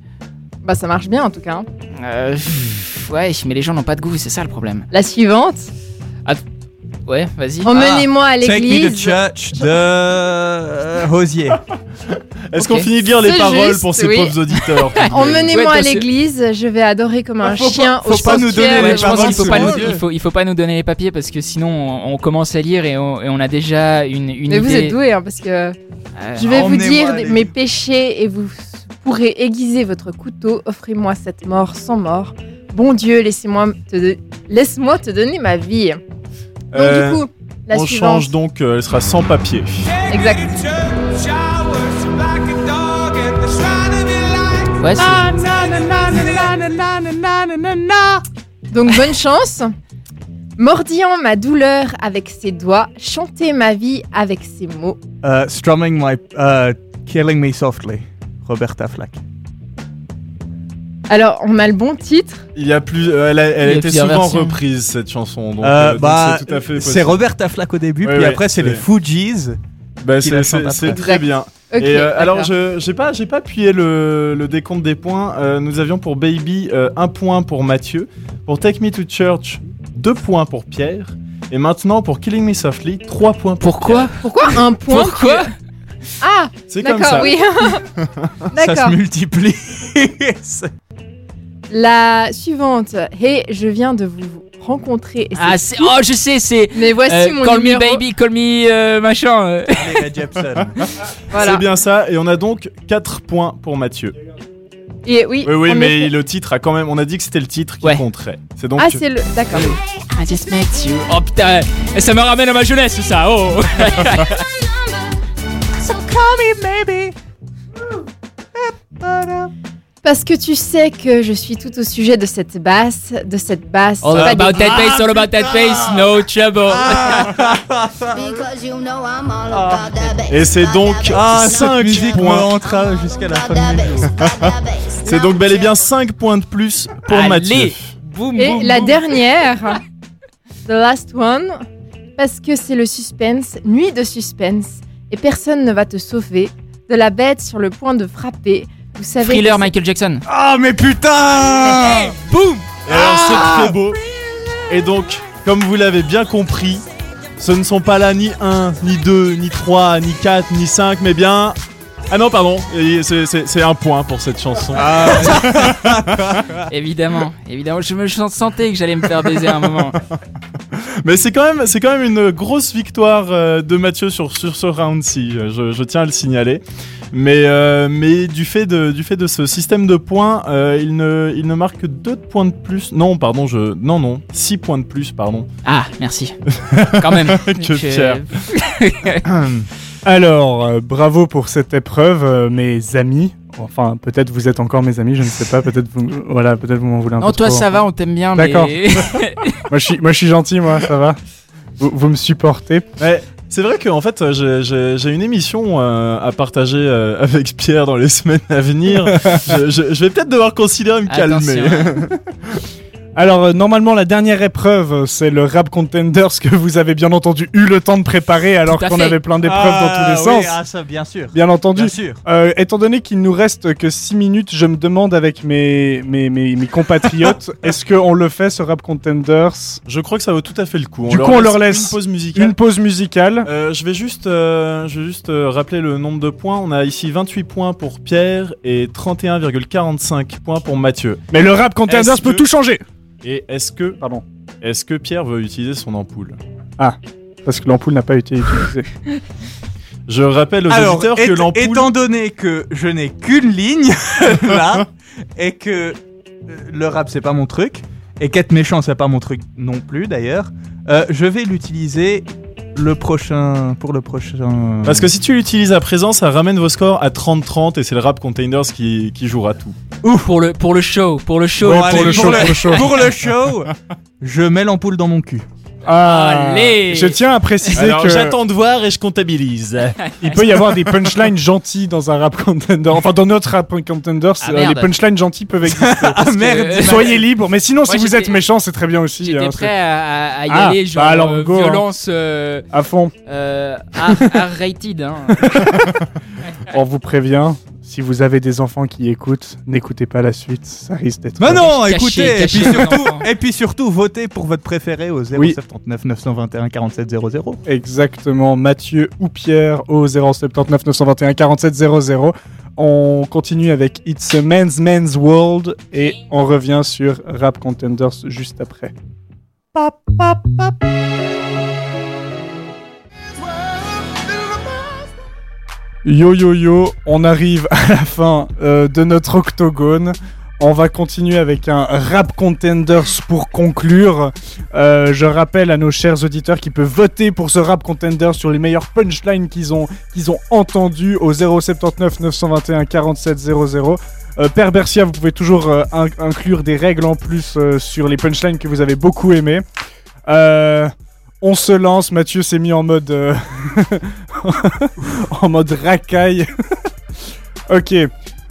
Speaker 8: Bah ça marche bien en tout cas. hein.
Speaker 3: Euh, pff, ouais, mais les gens n'ont pas de goût, c'est ça le problème. Oh,
Speaker 8: La suivante.
Speaker 3: Ouais, vas-y.
Speaker 8: Emmenez-moi à
Speaker 2: Take me to
Speaker 8: l'église.
Speaker 2: church de euh, Rosier.
Speaker 4: Est-ce
Speaker 3: Ok.
Speaker 4: qu'on finit de lire les
Speaker 8: C'est
Speaker 4: paroles
Speaker 8: juste,
Speaker 4: pour ces
Speaker 8: oui.
Speaker 4: pauvres auditeurs
Speaker 3: Ouais,
Speaker 8: Emmenez-moi
Speaker 3: parce
Speaker 8: à
Speaker 3: que-
Speaker 8: l'église. Je vais adorer comme un
Speaker 2: Faut pas-
Speaker 8: chien
Speaker 2: faut
Speaker 8: au
Speaker 2: pas nous
Speaker 8: sanctuaire.
Speaker 2: donner
Speaker 3: Ouais,
Speaker 2: les
Speaker 3: je pense
Speaker 2: paroles
Speaker 3: qu'il faut
Speaker 2: sous
Speaker 3: pas
Speaker 2: les
Speaker 3: nous,
Speaker 2: yeux.
Speaker 3: il faut, il faut pas nous donner les papiers parce que sinon on, on commence à lire et on, et on a déjà une, une
Speaker 8: Mais
Speaker 3: idée.
Speaker 8: vous êtes doués hein, parce que
Speaker 3: Euh,
Speaker 8: je vais vous
Speaker 2: emmenez-moi
Speaker 8: dire
Speaker 2: à
Speaker 8: des-
Speaker 2: l'église.
Speaker 8: mes péchés et vous pourrez aiguiser votre couteau. Offrez-moi cette mort sans mort. Bon Dieu, laissez-moi te de- laisse-moi te donner ma vie. Donc
Speaker 4: Euh,
Speaker 8: du coup, la
Speaker 4: On
Speaker 8: suivante.
Speaker 4: change donc, euh, elle sera sans papier.
Speaker 8: Exact.
Speaker 3: Ouais, c'est-
Speaker 4: Ah,
Speaker 8: Donc bonne chance. Mordillant ma douleur avec ses doigts, chanter ma vie avec ses mots.
Speaker 2: Euh, strumming my... euh, killing me softly. Roberta Flack.
Speaker 8: Alors, on a le bon titre.
Speaker 4: Il y a plus, euh, elle a, elle
Speaker 3: Il y a
Speaker 4: était
Speaker 3: plusieurs
Speaker 4: souvent
Speaker 3: versions.
Speaker 4: reprise cette chanson, donc,
Speaker 2: Euh,
Speaker 4: euh, donc
Speaker 2: bah,
Speaker 4: c'est tout à fait
Speaker 2: c'est
Speaker 4: possible.
Speaker 2: Roberta Flack au début,
Speaker 4: Ouais,
Speaker 2: puis
Speaker 4: ouais,
Speaker 2: après c'est
Speaker 4: c'est-
Speaker 2: les Fugees.
Speaker 4: Bah,
Speaker 2: qui
Speaker 4: c'est-
Speaker 2: la chante
Speaker 4: c'est
Speaker 2: après.
Speaker 4: c'est très
Speaker 8: Exact.
Speaker 4: bien.
Speaker 8: Ok,
Speaker 4: Et euh, alors,
Speaker 8: d'accord.
Speaker 4: je j'ai pas, j'ai pas appuyé le, le décompte des points. Euh, nous avions pour Baby euh, un point pour Mathieu, pour Take Me to Church deux points pour Pierre, et maintenant pour Killing Me Softly trois points pour.
Speaker 3: Pourquoi
Speaker 8: Pourquoi un point
Speaker 3: Pourquoi
Speaker 8: Ah,
Speaker 4: C'est comme
Speaker 8: d'accord,
Speaker 4: ça. *laughs*
Speaker 8: oui.
Speaker 2: Ça se
Speaker 8: d'accord.
Speaker 2: multiplie. C'est-
Speaker 8: La suivante. Hey, je viens de vous rencontrer. et c'est-
Speaker 3: Ah, c'est- oh, je sais, c'est.
Speaker 8: Mais voici
Speaker 3: euh,
Speaker 8: Ah, mon
Speaker 3: call
Speaker 8: numéro.
Speaker 3: me baby, call me euh, machin. euh.
Speaker 8: Voilà.
Speaker 4: C'est bien ça. Et on a donc quatre points pour Mathieu.
Speaker 8: Et oui,
Speaker 4: Oui, oui,
Speaker 8: en
Speaker 4: mais
Speaker 8: effet.
Speaker 4: le titre a quand même. On a dit que c'était le titre qui
Speaker 3: Ouais.
Speaker 4: compterait. C'est donc.
Speaker 8: Ah, c'est le. D'accord.
Speaker 3: I just met you. *laughs* Oh putain, eh, ça me ramène à ma jeunesse ça. Oh.
Speaker 8: parce que tu sais que je suis tout au sujet de cette basse, de cette basse.
Speaker 3: All
Speaker 8: pas
Speaker 3: Oh, about
Speaker 8: des-
Speaker 3: that bass, all about
Speaker 8: Ah,
Speaker 3: that bass, no trouble.
Speaker 6: Because you know I'm all about that bass.
Speaker 4: Ah. Et c'est donc
Speaker 2: Ah, cette
Speaker 4: 5
Speaker 2: musique me
Speaker 4: points.
Speaker 2: hantera jusqu'à la fin
Speaker 6: About that
Speaker 2: du
Speaker 6: bass, about that bass.
Speaker 4: C'est donc bel et bien 5 points de plus pour
Speaker 3: Allez,
Speaker 4: Mathieu.
Speaker 3: *laughs* boum,
Speaker 8: Et
Speaker 3: boum,
Speaker 8: la
Speaker 3: boum.
Speaker 8: dernière, The Last One, parce que c'est le suspense, nuit de suspense, et personne ne va te sauver de la bête sur le point de frapper. Vous savez.
Speaker 3: Thriller
Speaker 8: que c'est-
Speaker 3: Michael Jackson.
Speaker 2: Ah, mais putain
Speaker 3: Boum
Speaker 4: Et alors c'est très beau. Et donc, comme vous l'avez bien compris, ce ne sont pas là ni 1, ni 2, ni 3, ni 4, ni 5, mais bien... Ah non, pardon, et c'est- c'est c'est un point pour cette chanson.
Speaker 2: Ah.
Speaker 3: Ah. *laughs* Évidemment, évidemment. Je me sentais que j'allais me faire baiser à un moment.
Speaker 4: Mais c'est quand même, c'est quand même une grosse victoire euh, de Mathieu sur, sur ce round-ci. Je, je tiens à le signaler. Mais, euh, mais du fait de, du fait de ce système de points, euh, il ne, il ne marque que deux points de plus. Non, pardon, je, non, non, six points de plus, pardon.
Speaker 3: Ah, *laughs* merci. Quand même.
Speaker 4: Que
Speaker 3: Je-
Speaker 4: fier.
Speaker 1: *clears throat* Alors, euh, bravo pour cette épreuve, euh, mes amis. Enfin, peut-être vous êtes encore mes amis, je ne sais pas. Peut-être vous, voilà, peut-être vous m'en voulez un
Speaker 3: Non,
Speaker 1: peu
Speaker 3: toi
Speaker 1: trop.
Speaker 3: ça va, on t'aime bien. mais- *laughs*
Speaker 1: D'accord. Moi, je suis, moi, je suis gentil, moi, ça va. Vous, vous me supportez.
Speaker 4: Ouais, c'est vrai qu'en fait, euh, j'ai- j'ai j'ai une émission euh, à partager euh, *laughs* avec Pierre dans les semaines
Speaker 1: *laughs*
Speaker 4: à venir. je, je- je vais peut-être devoir considérer
Speaker 3: hein. *laughs*
Speaker 4: me calmer.
Speaker 3: Attention.
Speaker 1: Alors, euh, normalement, la dernière épreuve, euh, c'est le Rap Contenders que vous avez bien entendu eu le temps de préparer alors
Speaker 3: Tout à
Speaker 1: qu'on
Speaker 3: fait.
Speaker 1: avait plein d'épreuves dans tous les sens.
Speaker 2: Ah, ça, bien sûr.
Speaker 1: Bien entendu.
Speaker 2: Bien sûr.
Speaker 1: Euh, étant donné qu'il nous reste que 6 minutes, je me demande avec mes, mes, mes, mes compatriotes, est-ce qu'on le fait ce Rap Contenders
Speaker 4: Je crois que ça vaut tout à fait le coup.
Speaker 1: Du coup, on leur laisse
Speaker 4: une pause musicale.
Speaker 1: Une pause musicale.
Speaker 4: Euh, je vais juste, euh, je vais juste euh, rappeler le nombre de points. On a ici 28 points pour Pierre et 31,45 points pour Mathieu.
Speaker 1: Mais le Rap Contenders
Speaker 4: est-ce
Speaker 1: peut
Speaker 4: que-
Speaker 1: tout changer
Speaker 4: Et est-ce que,
Speaker 1: Pardon.
Speaker 4: est-ce que Pierre veut utiliser son ampoule
Speaker 1: Parce que l'ampoule n'a pas été utilisée.
Speaker 4: Je rappelle aux
Speaker 2: Alors,
Speaker 4: auditeurs que
Speaker 2: éta-
Speaker 4: l'ampoule.
Speaker 2: étant donné que je n'ai qu'une ligne *laughs* là et que euh, le rap c'est pas mon truc et qu'être méchant c'est pas mon truc non plus d'ailleurs, euh, je vais l'utiliser le prochain pour le prochain.
Speaker 4: Parce que si tu l'utilises à présent, ça ramène vos scores à 30-30 et c'est le rap containers qui, qui jouera tout.
Speaker 3: Pour le pour le show, pour le show.
Speaker 2: Bon,
Speaker 3: le
Speaker 2: allez,
Speaker 3: pro-
Speaker 2: pour le- *laughs* pour le show, je mets l'ampoule dans mon cul.
Speaker 1: Ah,
Speaker 3: Allez
Speaker 1: Je tiens à préciser
Speaker 4: Alors
Speaker 1: que
Speaker 4: j'attends de voir et je *laughs* comptabilise.
Speaker 1: il peut y avoir des punchlines gentilles dans un rap contender. Enfin, dans notre rap contender, c'est-
Speaker 3: Ah, merde.
Speaker 1: les punchlines gentilles peuvent
Speaker 3: *laughs*
Speaker 1: exister.
Speaker 2: Ah merde.
Speaker 3: Euh,
Speaker 1: Soyez libres, mais sinon, si
Speaker 3: Moi,
Speaker 1: vous êtes
Speaker 3: j'étais-
Speaker 1: méchant, c'est très bien aussi.
Speaker 3: J'étais
Speaker 1: hein,
Speaker 3: prêt à, à- à y
Speaker 1: Ah,
Speaker 3: aller,
Speaker 1: bah
Speaker 3: genre
Speaker 1: alors,
Speaker 3: euh,
Speaker 1: go, hein.
Speaker 3: violence euh,
Speaker 1: c'est- À fond,
Speaker 3: euh, R- R-rated. hein.
Speaker 1: on vous prévient. Si vous avez des enfants qui écoutent, n'écoutez pas la suite, ça risque d'être.
Speaker 3: Bah
Speaker 2: Mais non,
Speaker 3: Caché,
Speaker 2: écoutez,
Speaker 3: caché
Speaker 2: et,
Speaker 3: aux
Speaker 2: puis surtout,
Speaker 3: enfants.
Speaker 2: et puis surtout, votez pour votre préféré au 079 921 4700.
Speaker 1: Exactement, Mathieu ou Pierre au 079 921 4700. On continue avec It's a Man's Man's World et on revient sur Rap Contenders juste après. Yo yo yo, on arrive à la fin euh, de notre octogone. On va continuer avec un Rap Contenders pour conclure. Euh, je rappelle à nos chers auditeurs qui peuvent voter pour ce rap contender sur les meilleures punchlines qu'ils ont, qu'ils ont entendues au 079 921 4700. Euh, Père Bercia, vous pouvez toujours euh, in- inclure des règles en plus euh, sur les punchlines que vous avez beaucoup aimées. Euh, on se lance, Mathieu s'est mis en mode... euh, *laughs* en mode racaille. *laughs* ok,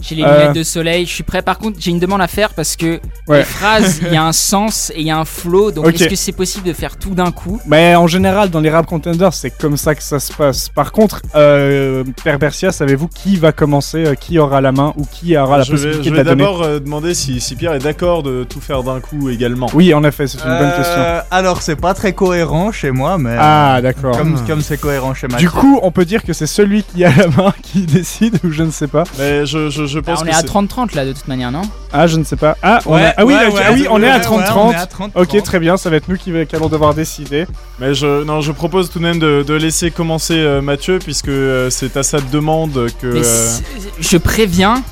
Speaker 3: J'ai les
Speaker 1: Euh.
Speaker 3: lunettes de soleil, je suis prêt. Par contre, j'ai une demande à faire parce que
Speaker 1: Ouais.
Speaker 3: les phrases, il y a un sens et il y a un flow. Donc,
Speaker 1: Ok.
Speaker 3: est-ce que c'est possible de faire tout d'un coup
Speaker 1: Mais en général, dans les rap contenders, c'est comme ça que ça se passe. Par contre, euh, Père Bercia, savez-vous qui va commencer, euh, qui aura la main ou qui aura la
Speaker 4: je vais,
Speaker 1: possibilité
Speaker 4: je
Speaker 1: de
Speaker 4: vais
Speaker 1: la donner
Speaker 4: d'abord euh, demander si, si Pierre est d'accord de tout faire d'un coup également.
Speaker 1: Oui, en effet, c'est une bonne question.
Speaker 2: Euh, Alors, c'est pas très cohérent chez moi, mais
Speaker 1: Ah, d'accord.
Speaker 2: comme comme c'est cohérent chez Mathieu.
Speaker 1: Du coup, on peut dire que c'est celui qui a la main *laughs* qui décide ou je ne sais pas.
Speaker 4: Mais je, je, je
Speaker 3: Ah,
Speaker 4: pense
Speaker 3: On
Speaker 4: que
Speaker 3: est à
Speaker 4: c'est-
Speaker 3: 30-30 là, de toute manière, non
Speaker 1: Ah, je ne sais pas. Ah, on
Speaker 2: Ouais,
Speaker 1: a- ah oui,
Speaker 2: ouais,
Speaker 1: ok,
Speaker 2: ouais,
Speaker 1: ah oui, on est à
Speaker 2: ouais,
Speaker 1: 30-30.
Speaker 2: ouais, on est à 30-30.
Speaker 1: Ok, très bien, ça va être nous qui, va- qui allons devoir
Speaker 2: *laughs*
Speaker 1: décider.
Speaker 4: Mais je, non, je propose tout de même de, de laisser commencer euh, Mathieu, puisque euh, c'est à sa demande que.
Speaker 3: Mais
Speaker 4: euh,
Speaker 3: c'est- je préviens,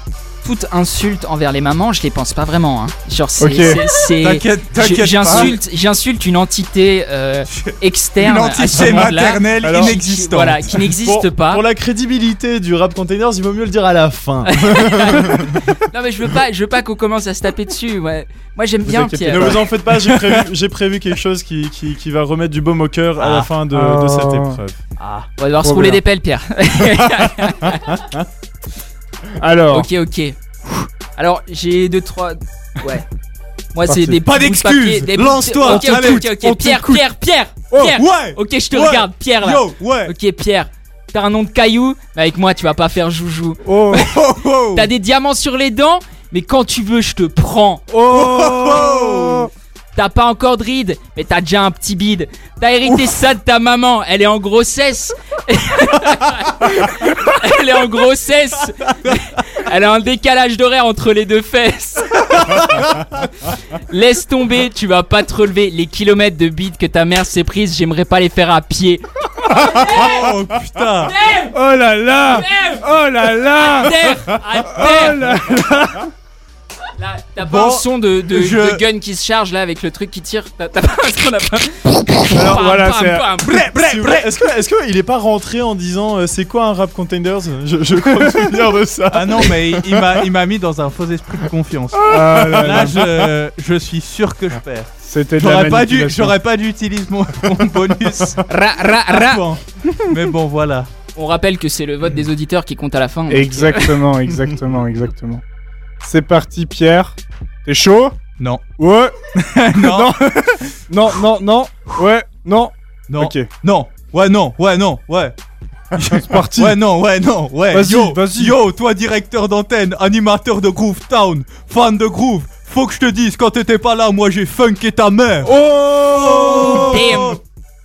Speaker 3: toute insulte envers les mamans, je les pense pas vraiment. hein. Genre, c'est.
Speaker 1: Ok.
Speaker 3: c'est- c'est-
Speaker 2: T'inquiète,
Speaker 3: je-
Speaker 2: t'inquiète pas.
Speaker 3: J'insulte, j'insulte une entité euh, externe.
Speaker 2: Une
Speaker 3: à ce
Speaker 2: entité
Speaker 3: monde-là,
Speaker 2: maternelle
Speaker 3: qui-
Speaker 2: inexistante.
Speaker 3: Voilà, qui n'existe
Speaker 4: Pour-
Speaker 3: pas.
Speaker 4: Pour la crédibilité du rap containers, il vaut mieux le dire à la fin.
Speaker 3: Non, mais je veux pas, je veux pas qu'on commence à se taper dessus. ouais. Moi, j'aime bien
Speaker 4: inquiétez
Speaker 3: Pierre.
Speaker 4: Ne vous en faites pas, j'ai prévu, j'ai prévu quelque chose qui, qui- qui va remettre du baume au cœur à la
Speaker 2: Ah.
Speaker 4: fin de,
Speaker 1: Ah.
Speaker 4: de cette épreuve.
Speaker 2: Ah,
Speaker 3: On va devoir se
Speaker 1: Trop
Speaker 3: rouler
Speaker 1: bien.
Speaker 3: des pelles, Pierre.
Speaker 1: Alors,
Speaker 3: Ok, ok. Alors, j'ai deux, trois. Ouais. Moi,
Speaker 1: Parti.
Speaker 3: c'est des
Speaker 2: Pas
Speaker 3: bouts de
Speaker 2: d'excuses.
Speaker 3: papier, des bouts de-
Speaker 2: Lance-toi.
Speaker 3: Ok, ok,
Speaker 2: T'écoute.
Speaker 3: ok,
Speaker 2: On
Speaker 3: ok. Pierre,
Speaker 2: t'écoute.
Speaker 3: Pierre, Pierre,
Speaker 2: Oh,
Speaker 3: Pierre.
Speaker 2: ouais
Speaker 3: Ok, je te
Speaker 2: Ouais.
Speaker 3: regarde, Pierre là.
Speaker 2: Yo, ouais
Speaker 3: Ok, Pierre. T'as un nom de caillou, mais avec moi, tu vas pas faire joujou.
Speaker 2: *laughs*
Speaker 1: oh,
Speaker 2: Oh, oh.
Speaker 3: T'as des diamants sur les dents, mais quand tu veux, je te prends.
Speaker 1: oh,
Speaker 3: T'as pas encore de rides, mais t'as déjà un petit bide. T'as hérité ça de ta maman, elle est en grossesse. elle est en grossesse. Elle a un décalage d'horaire entre les deux fesses. Laisse tomber, tu vas pas te relever. Les kilomètres de bide que ta mère s'est prise, j'aimerais pas les faire à pied.
Speaker 2: Oh, putain
Speaker 1: oh là là,
Speaker 3: Terre
Speaker 1: oh là
Speaker 3: À
Speaker 1: là,
Speaker 3: terre À
Speaker 1: oh
Speaker 3: terre
Speaker 1: là
Speaker 3: Là, T'as pas
Speaker 2: Bon,
Speaker 3: un son de, de-
Speaker 2: je-
Speaker 3: de gun qui se charge là avec le truc qui tire T'as t'as pas un son là
Speaker 1: Alors, voilà, c'est-
Speaker 2: Bref,
Speaker 4: Si
Speaker 2: bref,
Speaker 4: vous-
Speaker 2: bref
Speaker 4: Est-ce que, est-ce que il est pas rentré en disant euh, c'est quoi un rap containers je, je crois me souvenir
Speaker 2: *laughs*
Speaker 4: de ça.
Speaker 2: Ah non, mais il- il m'a- il m'a mis dans un faux esprit de confiance. Euh,
Speaker 1: Ah là là.
Speaker 2: Là, je, je suis sûr que je perds.
Speaker 1: C'était de la
Speaker 2: J'aurais pas dû,
Speaker 1: manipulation.
Speaker 2: j'aurais pas dû utiliser mon, mon bonus.
Speaker 3: Ra, ra, ra.
Speaker 2: Bon. hein. Mais bon, voilà.
Speaker 3: On rappelle que c'est le vote des auditeurs qui compte à la fin.
Speaker 2: *laughs*
Speaker 3: donc-
Speaker 1: Exactement, exactement, exactement. C'est parti, Pierre. T'es chaud *laughs*
Speaker 2: Non.
Speaker 1: Ouais.
Speaker 2: Non.
Speaker 1: Non, non, non. Ouais, non.
Speaker 2: Non. Eh,
Speaker 1: Ok.
Speaker 2: Non. Ouais, non. Ouais, non. Ouais.
Speaker 1: C'est parti.
Speaker 2: Ouais, non. Ouais, non. Ouais.
Speaker 1: Vas-y,
Speaker 2: yo,
Speaker 1: vas-y.
Speaker 2: yo, toi, directeur d'antenne, animateur de Groove Town, fan de Groove. Faut que je te dise, quand t'étais pas là, moi j'ai funké ta mère.
Speaker 1: Oh
Speaker 3: Damn.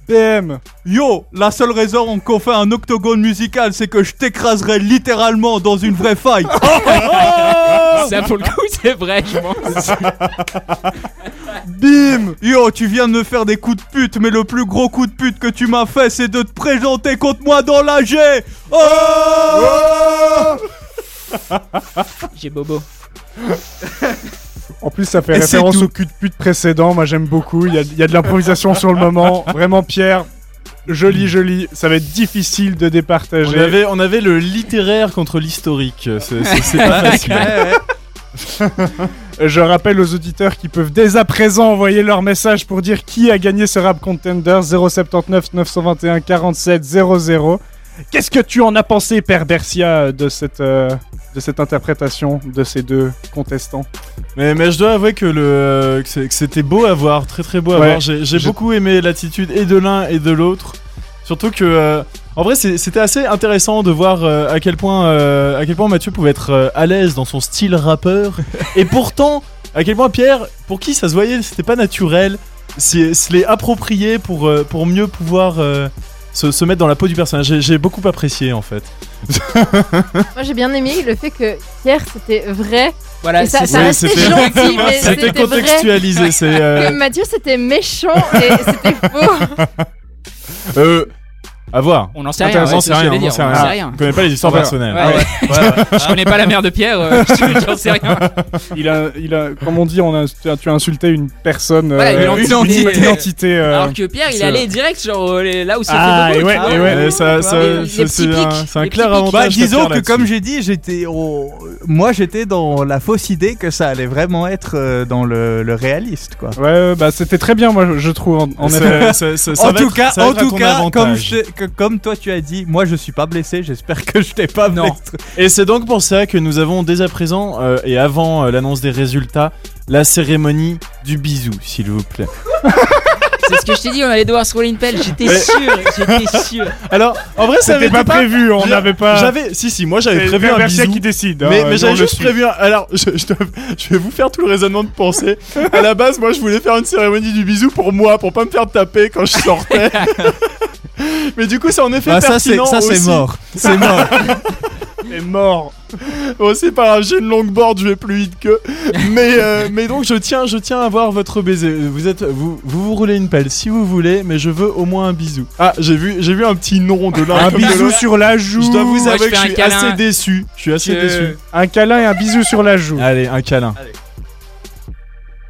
Speaker 1: BM
Speaker 2: Yo, la seule raison qu'on fait un octogone musical, c'est que je t'écraserai littéralement dans une vraie faille.
Speaker 3: Ça pour le coup, *laughs* c'est vrai, je pense.
Speaker 1: *laughs* Bim
Speaker 2: Yo, tu viens de me faire des coups de pute, mais le plus gros coup de pute que tu m'as fait, c'est de te présenter contre moi dans la G. Oh
Speaker 1: Oh
Speaker 3: J'ai bobo.
Speaker 1: En plus, ça fait
Speaker 2: Et c'est
Speaker 1: référence
Speaker 2: tout.
Speaker 1: au cul de pute précédent. Moi, j'aime beaucoup. Il y a, il y a de l'improvisation sur le moment. Vraiment, Pierre, joli, joli. Ça va être difficile de
Speaker 4: On
Speaker 1: départager.
Speaker 4: avait, on avait le littéraire contre l'historique. C'est, c'est- c'est pas
Speaker 2: Eh,
Speaker 4: facile.
Speaker 1: Je rappelle aux auditeurs qui peuvent dès à présent envoyer leur message pour dire qui a gagné ce rap contender 079 921 47 00. Qu'est-ce que tu en as pensé, Père Bercia, de cette, euh, de cette interprétation de ces deux contestants
Speaker 4: Mais, mais je dois avouer que, le, euh, que c'est- que c'était beau à voir, très très beau à
Speaker 1: Ouais.
Speaker 4: voir. J'ai, j'ai
Speaker 1: Je-
Speaker 4: beaucoup aimé l'attitude et de l'un et de l'autre. Surtout que, euh, en vrai, c'est- c'était assez intéressant de voir euh, à, quel point, euh, à quel point Mathieu pouvait être euh, à l'aise dans son style rappeur.
Speaker 1: *laughs*
Speaker 4: et pourtant, à quel point Pierre, pour qui ça se voyait, c'était pas naturel, c'est- se l'est approprié pour, euh, pour mieux pouvoir euh, se, se mettre dans la peau du personnage. J'ai, j'ai beaucoup apprécié en fait.
Speaker 8: Moi j'ai bien aimé le fait que Pierre c'était vrai.
Speaker 3: Voilà,
Speaker 8: et ça,
Speaker 3: c'est
Speaker 8: ça
Speaker 4: Oui,
Speaker 8: restait
Speaker 4: c'était-
Speaker 8: gentil,
Speaker 4: *laughs*
Speaker 8: mais
Speaker 4: C'était
Speaker 8: c'était vrai.
Speaker 4: contextualisé, c'est. euh,
Speaker 8: *laughs* Que Mathieu c'était méchant et c'était faux.
Speaker 4: euh, à voir.
Speaker 3: On n'en sait rien.
Speaker 4: Attends,
Speaker 3: ouais,
Speaker 4: on
Speaker 3: c'est
Speaker 4: sait
Speaker 3: ce que
Speaker 4: rien,
Speaker 3: je veux
Speaker 4: on
Speaker 3: dire,
Speaker 4: sait
Speaker 3: on n'en
Speaker 4: rien. Ah.
Speaker 3: sait rien.
Speaker 4: Je connais pas les histoires
Speaker 1: Voilà.
Speaker 4: personnelles.
Speaker 3: Ouais, ouais. *laughs* Je connais pas la mère de Pierre, euh, *laughs* je te- j'en sais rien.
Speaker 1: il a, il a, Comme on dit, on a, tu, as, tu as insulté une personne.
Speaker 3: Voilà,
Speaker 1: euh,
Speaker 3: une
Speaker 1: une
Speaker 3: entité.
Speaker 1: une entité, euh,
Speaker 3: Alors que Pierre, il
Speaker 1: c'est-
Speaker 3: allait direct genre euh, les- là où ça
Speaker 1: Ah,
Speaker 3: fait
Speaker 1: et
Speaker 3: bobo,
Speaker 1: ouais,
Speaker 3: tu vois.
Speaker 1: et ouais.
Speaker 4: Ouais, ça-
Speaker 3: tu
Speaker 4: ça-
Speaker 3: vois, les-
Speaker 4: ça-
Speaker 3: les
Speaker 4: c'est
Speaker 3: petits
Speaker 4: un-
Speaker 3: pics,
Speaker 4: c'est un
Speaker 3: les
Speaker 4: clair
Speaker 3: petits pics.
Speaker 4: avantage.
Speaker 2: Bah,
Speaker 4: je
Speaker 2: disons
Speaker 4: préfère
Speaker 2: que
Speaker 4: là-dessus.
Speaker 2: comme j'ai dit, j'étais au... moi j'étais dans la fausse idée que ça allait vraiment être euh, dans le, le réaliste quoi.
Speaker 1: Ouais, ouais, bah c'était très bien, moi, je- je trouve, en, en
Speaker 4: Ça-
Speaker 1: effet.
Speaker 4: *laughs* ça- ça- ça
Speaker 2: en
Speaker 4: va
Speaker 2: tout
Speaker 4: être-
Speaker 2: cas,
Speaker 4: ça va
Speaker 2: en
Speaker 4: être à
Speaker 2: tout
Speaker 4: ton
Speaker 2: cas, comme,
Speaker 4: avantage.
Speaker 2: je t'ai- que- comme toi tu as dit, moi je suis pas blessé. J'espère que je t'ai pas
Speaker 3: Non.
Speaker 2: blessé.
Speaker 4: Et c'est donc pour ça que nous avons dès à présent euh, et avant euh, l'annonce des résultats la cérémonie du bisou, s'il vous plaît.
Speaker 3: C'est ce que je t'ai dit, on allait devoir se rouler une pelle. J'étais sûr, j'étais sûr.
Speaker 4: Alors, en vrai, ça
Speaker 1: C'était
Speaker 4: avait
Speaker 1: pas prévu, on
Speaker 4: Je-
Speaker 1: n'avait pas.
Speaker 4: J'avais, si si, moi
Speaker 1: C'est
Speaker 4: hein. j'avais prévu
Speaker 1: Père
Speaker 4: un
Speaker 1: Bercia
Speaker 4: bisou.
Speaker 1: qui décide.
Speaker 4: Mais,
Speaker 1: hein,
Speaker 4: mais
Speaker 1: nous, on
Speaker 4: j'avais
Speaker 1: le
Speaker 4: juste
Speaker 1: suit.
Speaker 4: prévu un... Alors, je, je dois- je vais vous faire tout le raisonnement de pensée. À la base, moi, je voulais faire une cérémonie du bisou pour moi, pour pas me faire taper quand je sortais. mais du coup, c'est en effet
Speaker 2: Bah, ça c'est
Speaker 4: pertinent
Speaker 2: ça c'est
Speaker 4: aussi. *laughs*
Speaker 2: mort. C'est mort.
Speaker 1: T'es mort.
Speaker 4: Bon, c'est pas grave, j'ai une longue board, je vais plus vite que. Mais, euh, mais donc, je tiens, je tiens à voir votre baiser. Vous êtes, vous, vous vous roulez une pelle si vous voulez, mais je veux au moins un bisou. Ah, j'ai vu, j'ai vu un petit nom de l'un.
Speaker 1: Un
Speaker 4: comme de
Speaker 1: bisou
Speaker 4: l'autre.
Speaker 1: sur la joue.
Speaker 4: Je dois vous
Speaker 3: Moi, je
Speaker 4: avouer que
Speaker 3: fais
Speaker 4: je
Speaker 3: un
Speaker 4: suis
Speaker 3: câlin.
Speaker 4: assez déçu. Je suis assez
Speaker 3: Je-
Speaker 4: déçu.
Speaker 1: Un câlin et un bisou sur la joue.
Speaker 4: Allez, un câlin.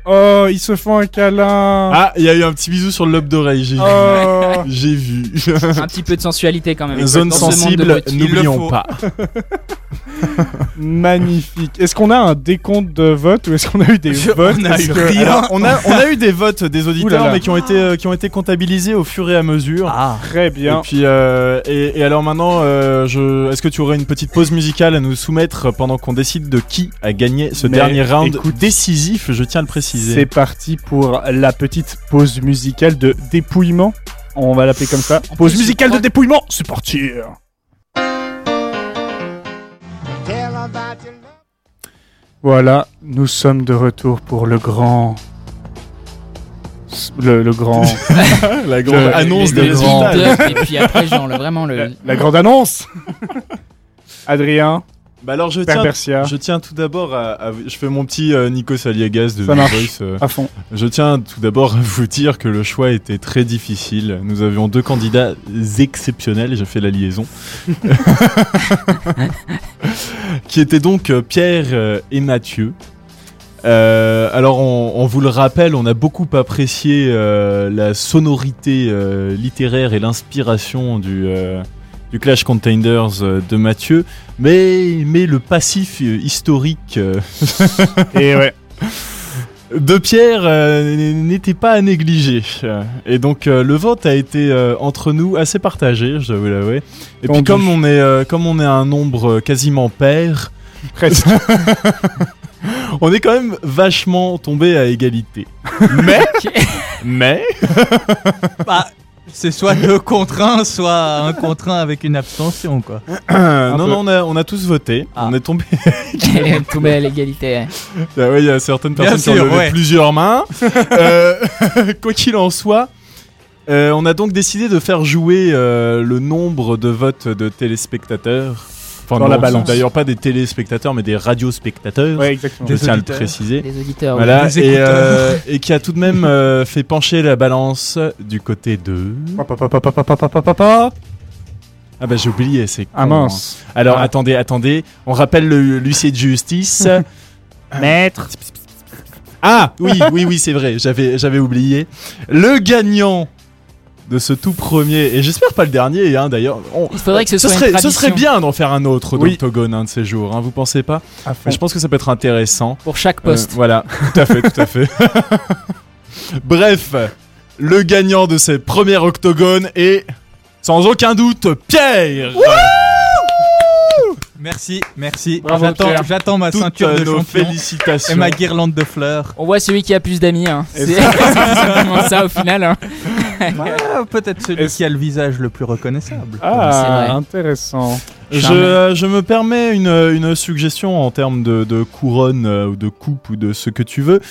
Speaker 1: Oh, ils se font un câlin.
Speaker 4: Ah, il y a eu un petit bisou sur le lobe d'oreille, j'ai vu.
Speaker 1: Oh.
Speaker 4: J'ai *laughs* vu.
Speaker 3: Un petit peu de sensualité quand même.
Speaker 4: Zone
Speaker 3: dans ce monde de
Speaker 4: sensible,
Speaker 3: beauty.
Speaker 2: Il le faut.
Speaker 4: *laughs* n'oublions pas.
Speaker 1: Magnifique. Est-ce qu'on a un décompte de vote ou est-ce qu'on a eu des
Speaker 2: Je-
Speaker 1: votes
Speaker 2: on a
Speaker 1: Parce
Speaker 2: eu
Speaker 1: que-
Speaker 2: rien. *laughs*
Speaker 1: Alors,
Speaker 4: On a, on a eu des votes des
Speaker 1: Ouh
Speaker 4: auditeurs,
Speaker 1: là là.
Speaker 4: mais qui ont, été, euh, qui ont été comptabilisés au fur et à mesure.
Speaker 2: Ah,
Speaker 1: Très bien.
Speaker 4: Et puis, euh, et, et alors maintenant, euh, je, est-ce que tu aurais une petite pause musicale à nous soumettre pendant qu'on décide de qui a gagné ce
Speaker 1: Mais
Speaker 4: dernier round
Speaker 1: écoute,
Speaker 4: décisif Je tiens à le
Speaker 1: C'est
Speaker 4: préciser.
Speaker 1: parti pour la petite pause musicale de dépouillement. On va l'appeler comme ça. Pause
Speaker 3: plus,
Speaker 1: musicale
Speaker 3: je
Speaker 1: de
Speaker 3: crois-
Speaker 1: dépouillement, c'est parti. Voilà, nous sommes de retour pour le grand. Le, le
Speaker 4: *laughs*
Speaker 1: grand.
Speaker 4: Ah, la
Speaker 1: grande Le- annonce
Speaker 3: Le
Speaker 1: des grands.
Speaker 3: lead-up, et puis après, genre, le- vraiment le.
Speaker 1: la grande annonce Adrien,
Speaker 4: Bah alors je tiens,
Speaker 1: Perversia,
Speaker 4: je tiens tout d'abord à, à vous- je fais mon petit euh, Nico Saliagas de
Speaker 1: Ça
Speaker 4: The
Speaker 1: marche.
Speaker 4: Voice, euh,
Speaker 1: à fond.
Speaker 4: Je tiens tout d'abord à vous dire que le choix était très difficile. Nous avions deux candidats exceptionnels, j'ai fait la liaison, qui étaient donc euh, Pierre euh, et Mathieu. Euh, alors on, on vous le rappelle, on a beaucoup apprécié euh, la sonorité euh, littéraire et l'inspiration du, euh, du Clash Contenders euh, de Mathieu, mais, mais le passif euh, historique euh,
Speaker 1: Et ouais.
Speaker 4: de Pierre euh, n- n'était pas à négliger. Euh, Et donc euh, le vote a été euh, entre nous assez partagé, je dois vous l'avouer. Et puis
Speaker 1: Tendu.
Speaker 4: comme on est euh, comme on est un nombre euh, quasiment pair,
Speaker 1: Presque.
Speaker 4: *laughs* on est quand même vachement tombé à égalité.
Speaker 3: *laughs*
Speaker 4: Mais
Speaker 1: *coughs*
Speaker 4: mais
Speaker 2: bah, c'est soit deux contre un, soit un contre un avec une abstention, quoi.
Speaker 4: non
Speaker 1: peu.
Speaker 4: non on a, on a tous voté,
Speaker 2: Ah.
Speaker 4: on est tombé.
Speaker 3: Tout belle l'égalité. ouais.
Speaker 4: Ah ouais, il y a certaines
Speaker 2: Bien
Speaker 4: personnes qui ont
Speaker 2: sûr,
Speaker 4: levé
Speaker 2: ouais. *laughs*
Speaker 4: plusieurs mains. Euh, *laughs* quoi qu'il en soit, euh, on a donc décidé de faire jouer euh, le nombre de votes de téléspectateurs. Enfin,
Speaker 1: Dans la
Speaker 4: ce
Speaker 1: balance.
Speaker 4: sont D'ailleurs, pas des téléspectateurs, mais des radiospectateurs.
Speaker 1: Ouais, exactement.
Speaker 4: Je
Speaker 2: Des
Speaker 4: tiens à le
Speaker 2: auditeurs.
Speaker 4: préciser.
Speaker 3: Les auditeurs. ouais.
Speaker 4: Voilà,
Speaker 2: Des
Speaker 4: et,
Speaker 2: écouteurs.
Speaker 4: euh, et qui a tout de même euh, fait pencher la balance du côté de. Ah bah j'ai oublié, c'est.
Speaker 1: Ah
Speaker 4: con,
Speaker 1: mince.
Speaker 4: hein. Alors
Speaker 1: Ah.
Speaker 4: attendez, attendez, on rappelle le l'huissier
Speaker 1: *laughs*
Speaker 4: de justice.
Speaker 1: Maître.
Speaker 4: Ah oui, oui, oui, c'est vrai, j'avais, j'avais oublié. Le gagnant de ce tout premier, et j'espère pas le dernier, hein, d'ailleurs. on-
Speaker 3: Il faudrait que ce soit une
Speaker 4: serait, ce
Speaker 3: tradition
Speaker 4: serait bien d'en faire un autre
Speaker 1: Oui.
Speaker 4: d'octogone un de ces jours, hein, vous pensez pas
Speaker 1: À
Speaker 4: Mais
Speaker 1: fond.
Speaker 4: Je pense que ça peut être intéressant.
Speaker 3: pour chaque
Speaker 4: Euh,
Speaker 3: poste.
Speaker 2: *laughs*
Speaker 4: voilà, tout à fait, tout à fait. Bref, le gagnant de ces premiers octogones est, sans aucun doute, Pierre
Speaker 2: Merci, merci.
Speaker 3: Bravo,
Speaker 2: J'attends-
Speaker 3: Pierre.
Speaker 2: J'attends ma
Speaker 4: Toutes
Speaker 2: ceinture de
Speaker 4: nos
Speaker 2: champion et
Speaker 4: félicitations.
Speaker 2: ma guirlande de fleurs.
Speaker 3: On voit celui qui a plus d'amis. Hein.
Speaker 1: Et
Speaker 3: C'est *laughs* c'est vraiment ça au final. hein.
Speaker 2: Ah, Peut-être celui
Speaker 1: Est-ce-
Speaker 2: qui a le visage le plus reconnaissable.
Speaker 1: Ah,
Speaker 3: vrai.
Speaker 1: intéressant.
Speaker 4: Je,
Speaker 3: Charmé.
Speaker 4: euh, je me permets une, une suggestion en termes de, de couronne euh, ou de coupe ou de ce que tu veux.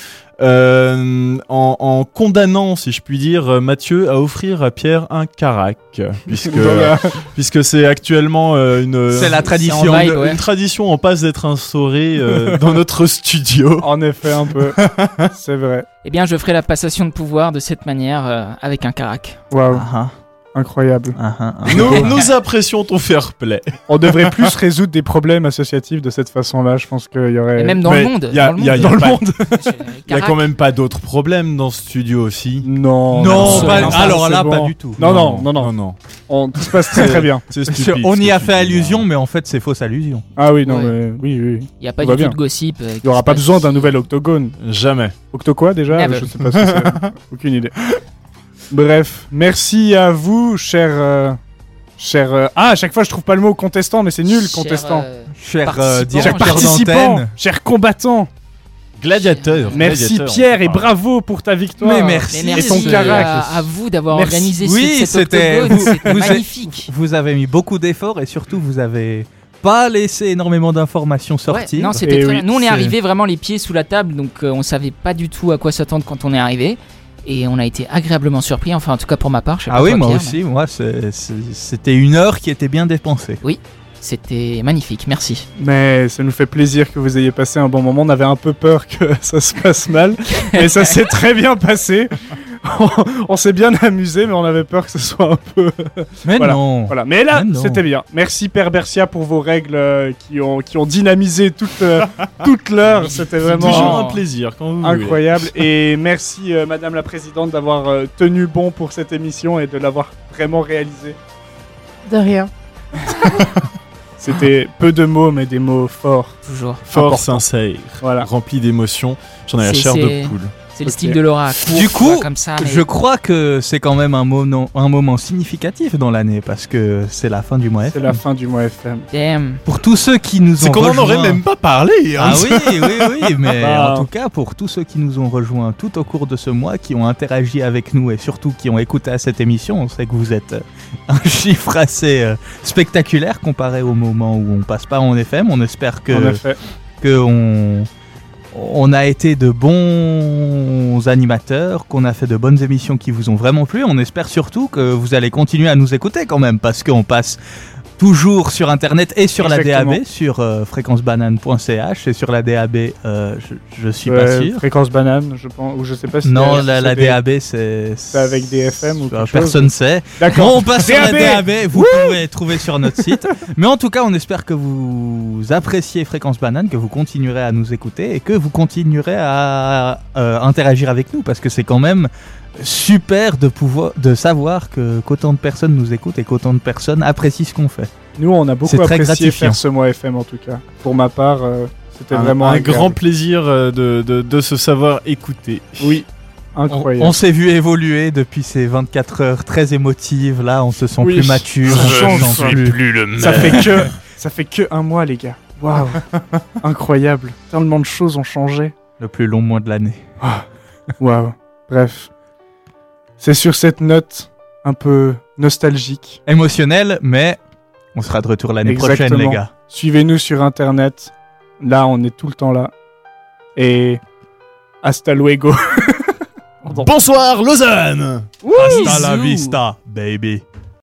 Speaker 4: Euh, en, en condamnant, si je puis dire, euh, Mathieu à offrir à Pierre un carac,
Speaker 2: *laughs*
Speaker 4: puisque
Speaker 1: Voilà.
Speaker 4: puisque c'est actuellement euh, une
Speaker 2: C'est la tradition.
Speaker 3: en vibe,
Speaker 4: une,
Speaker 3: ouais.
Speaker 4: une tradition en passe d'être instaurée euh, dans notre studio.
Speaker 1: En effet, un
Speaker 2: *laughs*
Speaker 1: peu. C'est vrai.
Speaker 3: Eh bien, je ferai la passation de pouvoir de cette manière euh, avec un carac.
Speaker 1: Waouh,
Speaker 2: Ah,
Speaker 1: incroyable.
Speaker 2: ah, ah, ah, ah.
Speaker 4: Nous, nous apprécions ton fair play.
Speaker 1: On devrait plus résoudre des problèmes associatifs de cette façon-là. Je pense qu'il y aurait.
Speaker 3: Et même dans le
Speaker 4: Mais
Speaker 3: monde.
Speaker 4: y a-
Speaker 3: dans le
Speaker 4: y a-
Speaker 3: monde. euh,
Speaker 4: y a pas- Il *laughs* y a
Speaker 3: Carac.
Speaker 4: quand même pas d'autres problèmes dans ce studio aussi.
Speaker 1: Non.
Speaker 2: Non,
Speaker 3: non,
Speaker 2: pas-
Speaker 3: non,
Speaker 2: alors
Speaker 1: c'est
Speaker 2: là,
Speaker 1: bon.
Speaker 2: pas du tout.
Speaker 1: Non, non, non, non.
Speaker 4: non, non.
Speaker 1: On... Tout se passe très très
Speaker 2: *laughs*
Speaker 1: bien.
Speaker 4: C'est stupide.
Speaker 2: On
Speaker 4: ce
Speaker 2: y
Speaker 4: que
Speaker 2: a
Speaker 4: tu
Speaker 2: fait
Speaker 4: dis,
Speaker 2: allusion,
Speaker 4: hein.
Speaker 2: mais en fait, c'est fausse allusion.
Speaker 1: Ah oui, non,
Speaker 3: Ouais.
Speaker 1: mais oui, oui.
Speaker 3: Il n'y a pas
Speaker 1: Tout
Speaker 3: du
Speaker 1: va
Speaker 3: tout
Speaker 1: bien.
Speaker 3: de gossip. euh, qui
Speaker 1: Il n'y aura
Speaker 3: se
Speaker 1: pas
Speaker 3: passe.
Speaker 1: besoin d'un nouvel octogone.
Speaker 4: Jamais.
Speaker 1: Octo quoi déjà
Speaker 3: Never.
Speaker 1: Je sais pas ce que
Speaker 2: *laughs*
Speaker 1: c'est. Aucune idée. Bref, merci à vous, cher. euh, Cher. euh, Ah, à chaque fois je trouve pas le mot contestant, mais c'est nul,
Speaker 3: Cher,
Speaker 1: contestant.
Speaker 3: euh,
Speaker 2: Cher
Speaker 3: Participant.
Speaker 1: Cher
Speaker 2: euh,
Speaker 3: Cher
Speaker 2: directeur
Speaker 1: participant,
Speaker 2: d'antenne.
Speaker 1: cher combattant.
Speaker 4: Gladiateur.
Speaker 1: Merci
Speaker 4: gladiateur,
Speaker 1: Pierre
Speaker 4: on
Speaker 1: et
Speaker 4: parle.
Speaker 1: bravo pour ta victoire.
Speaker 2: Mais
Speaker 3: mais
Speaker 2: merci.
Speaker 3: merci
Speaker 1: Et ton carac
Speaker 3: à, à vous d'avoir
Speaker 1: Merci.
Speaker 3: organisé
Speaker 2: Oui,
Speaker 3: ce, cet
Speaker 2: c'était-
Speaker 3: octogone,
Speaker 2: vous-
Speaker 3: c'était
Speaker 2: vous êtes-
Speaker 3: magnifique.
Speaker 2: Vous avez mis beaucoup d'efforts et surtout, vous avez pas laissé énormément d'informations
Speaker 3: Ouais,
Speaker 2: sortir.
Speaker 3: non, c'était
Speaker 1: Et
Speaker 3: très
Speaker 1: oui,
Speaker 3: bien. Nous, on est
Speaker 2: Eh c'est-
Speaker 3: arrivés vraiment les pieds sous la table, donc euh, on savait pas du tout à quoi s'attendre quand on est arrivé. Et on a été agréablement surpris, enfin, en tout cas pour ma part. Je sais
Speaker 2: ah
Speaker 3: pas
Speaker 2: oui,
Speaker 3: toi,
Speaker 2: moi
Speaker 3: Pierre, mais
Speaker 2: aussi, moi, c'est- c'est- c'était une heure qui était bien dépensée.
Speaker 3: C'était magnifique, merci.
Speaker 1: Mais ça nous fait plaisir que vous ayez passé un bon moment. On avait un peu peur que *laughs* ça se passe mal, mais ça s'est très bien passé. *laughs* On, on s'est bien amusé, mais on avait peur que ce soit un peu.
Speaker 2: Mais
Speaker 1: Voilà.
Speaker 2: non.
Speaker 1: Voilà. Mais là,
Speaker 2: Ah non.
Speaker 1: c'était bien. Merci Père Bercia pour vos règles euh, qui ont, qui ont dynamisé toute, *laughs* euh, toute l'heure. C'était
Speaker 4: Toujours
Speaker 1: vraiment
Speaker 4: un plaisir quand vous voulez.
Speaker 1: incroyable. Et merci euh, Madame la Présidente d'avoir euh, tenu bon pour cette émission et de l'avoir vraiment réalisée.
Speaker 8: *laughs* De rien.
Speaker 1: C'était peu de mots, mais des mots forts.
Speaker 3: Toujours.
Speaker 4: Fort sincère,
Speaker 1: Voilà.
Speaker 4: rempli d'émotions. J'en ai la
Speaker 3: C'est-
Speaker 4: chair de
Speaker 3: c'est-
Speaker 4: poule.
Speaker 3: C'est le
Speaker 1: Ok.
Speaker 3: style de Laura. court,
Speaker 2: Du coup,
Speaker 3: quoi, comme ça, Ah, mais-
Speaker 2: Je crois que c'est quand même un moment, un moment significatif dans l'année parce que c'est la fin du mois
Speaker 1: C'est
Speaker 2: FM.
Speaker 1: la fin du mois FM.
Speaker 3: Damn.
Speaker 2: Pour tous ceux qui nous ont
Speaker 4: C'est qu'on n'en aurait
Speaker 2: rejoints-
Speaker 4: même pas parlé. hein.
Speaker 2: Ah oui, oui, oui, mais
Speaker 1: Bah.
Speaker 2: en tout cas, pour tous ceux qui nous ont rejoints tout au cours de ce mois, qui ont interagi avec nous et surtout qui ont écouté à cette émission, on sait que vous êtes euh, un chiffre assez euh, spectaculaire comparé au moment où on passe pas en FM. On espère que
Speaker 1: En effet.
Speaker 2: que on, on a été de bons animateurs, qu'on a fait de bonnes émissions qui vous ont vraiment plu. On espère surtout que vous allez continuer à nous écouter quand même, parce qu'on passe toujours sur Internet et sur
Speaker 1: Exactement.
Speaker 2: la DAB, sur euh, fréquencebanane.ch et sur la DAB, euh, je, je suis pas
Speaker 1: Ouais,
Speaker 2: sûr.
Speaker 1: Fréquence banane, je pense. Ou je sais pas si.
Speaker 2: Non,
Speaker 1: c'est-
Speaker 2: la, la
Speaker 1: c'est des-
Speaker 2: DAB, c'est... C'est
Speaker 1: avec des FM ou quelque chose. hein.
Speaker 2: Personne sait.
Speaker 1: D'accord.
Speaker 2: Bon, on passe sur la
Speaker 1: DAB.
Speaker 2: DAB, vous pouvez trouver sur notre site. Mais en tout cas, on espère que vous appréciez Fréquence Banane, que vous continuerez à nous écouter et que vous continuerez à euh, interagir avec nous parce que c'est quand même super de pouvoir de savoir que qu'autant de personnes nous écoutent et qu'autant de personnes apprécient ce qu'on fait.
Speaker 1: Nous, on a beaucoup
Speaker 2: C'est très
Speaker 1: apprécié
Speaker 2: gratifiant.
Speaker 1: faire ce mois FM en tout cas. Pour ma part, euh, c'était
Speaker 4: Un,
Speaker 1: vraiment
Speaker 4: un
Speaker 1: agréable.
Speaker 4: grand plaisir euh, de, de- de se savoir écouter.
Speaker 1: Oui,
Speaker 2: On,
Speaker 1: incroyable.
Speaker 2: on s'est vu évoluer depuis ces 24 heures très émotives là, on se sent
Speaker 1: Oui.
Speaker 2: plus mature,
Speaker 1: Je
Speaker 2: on
Speaker 1: ne
Speaker 2: se sent plus.
Speaker 4: le même.
Speaker 1: Ça fait
Speaker 2: *laughs*
Speaker 1: que ça fait que un mois, les gars. Waouh, incroyable. Tellement de choses ont changé.
Speaker 2: le plus long mois de l'année.
Speaker 1: Waouh. Bref, c'est sur cette note un peu nostalgique.
Speaker 2: Émotionnel mais on sera de retour l'année prochaine les
Speaker 1: Exactement.
Speaker 2: gars.
Speaker 1: Suivez-nous sur internet. Là, on est tout le temps là. Et hasta luego.
Speaker 4: Bonsoir Lausanne
Speaker 2: Hasta la
Speaker 3: Bisous.
Speaker 2: vista, baby.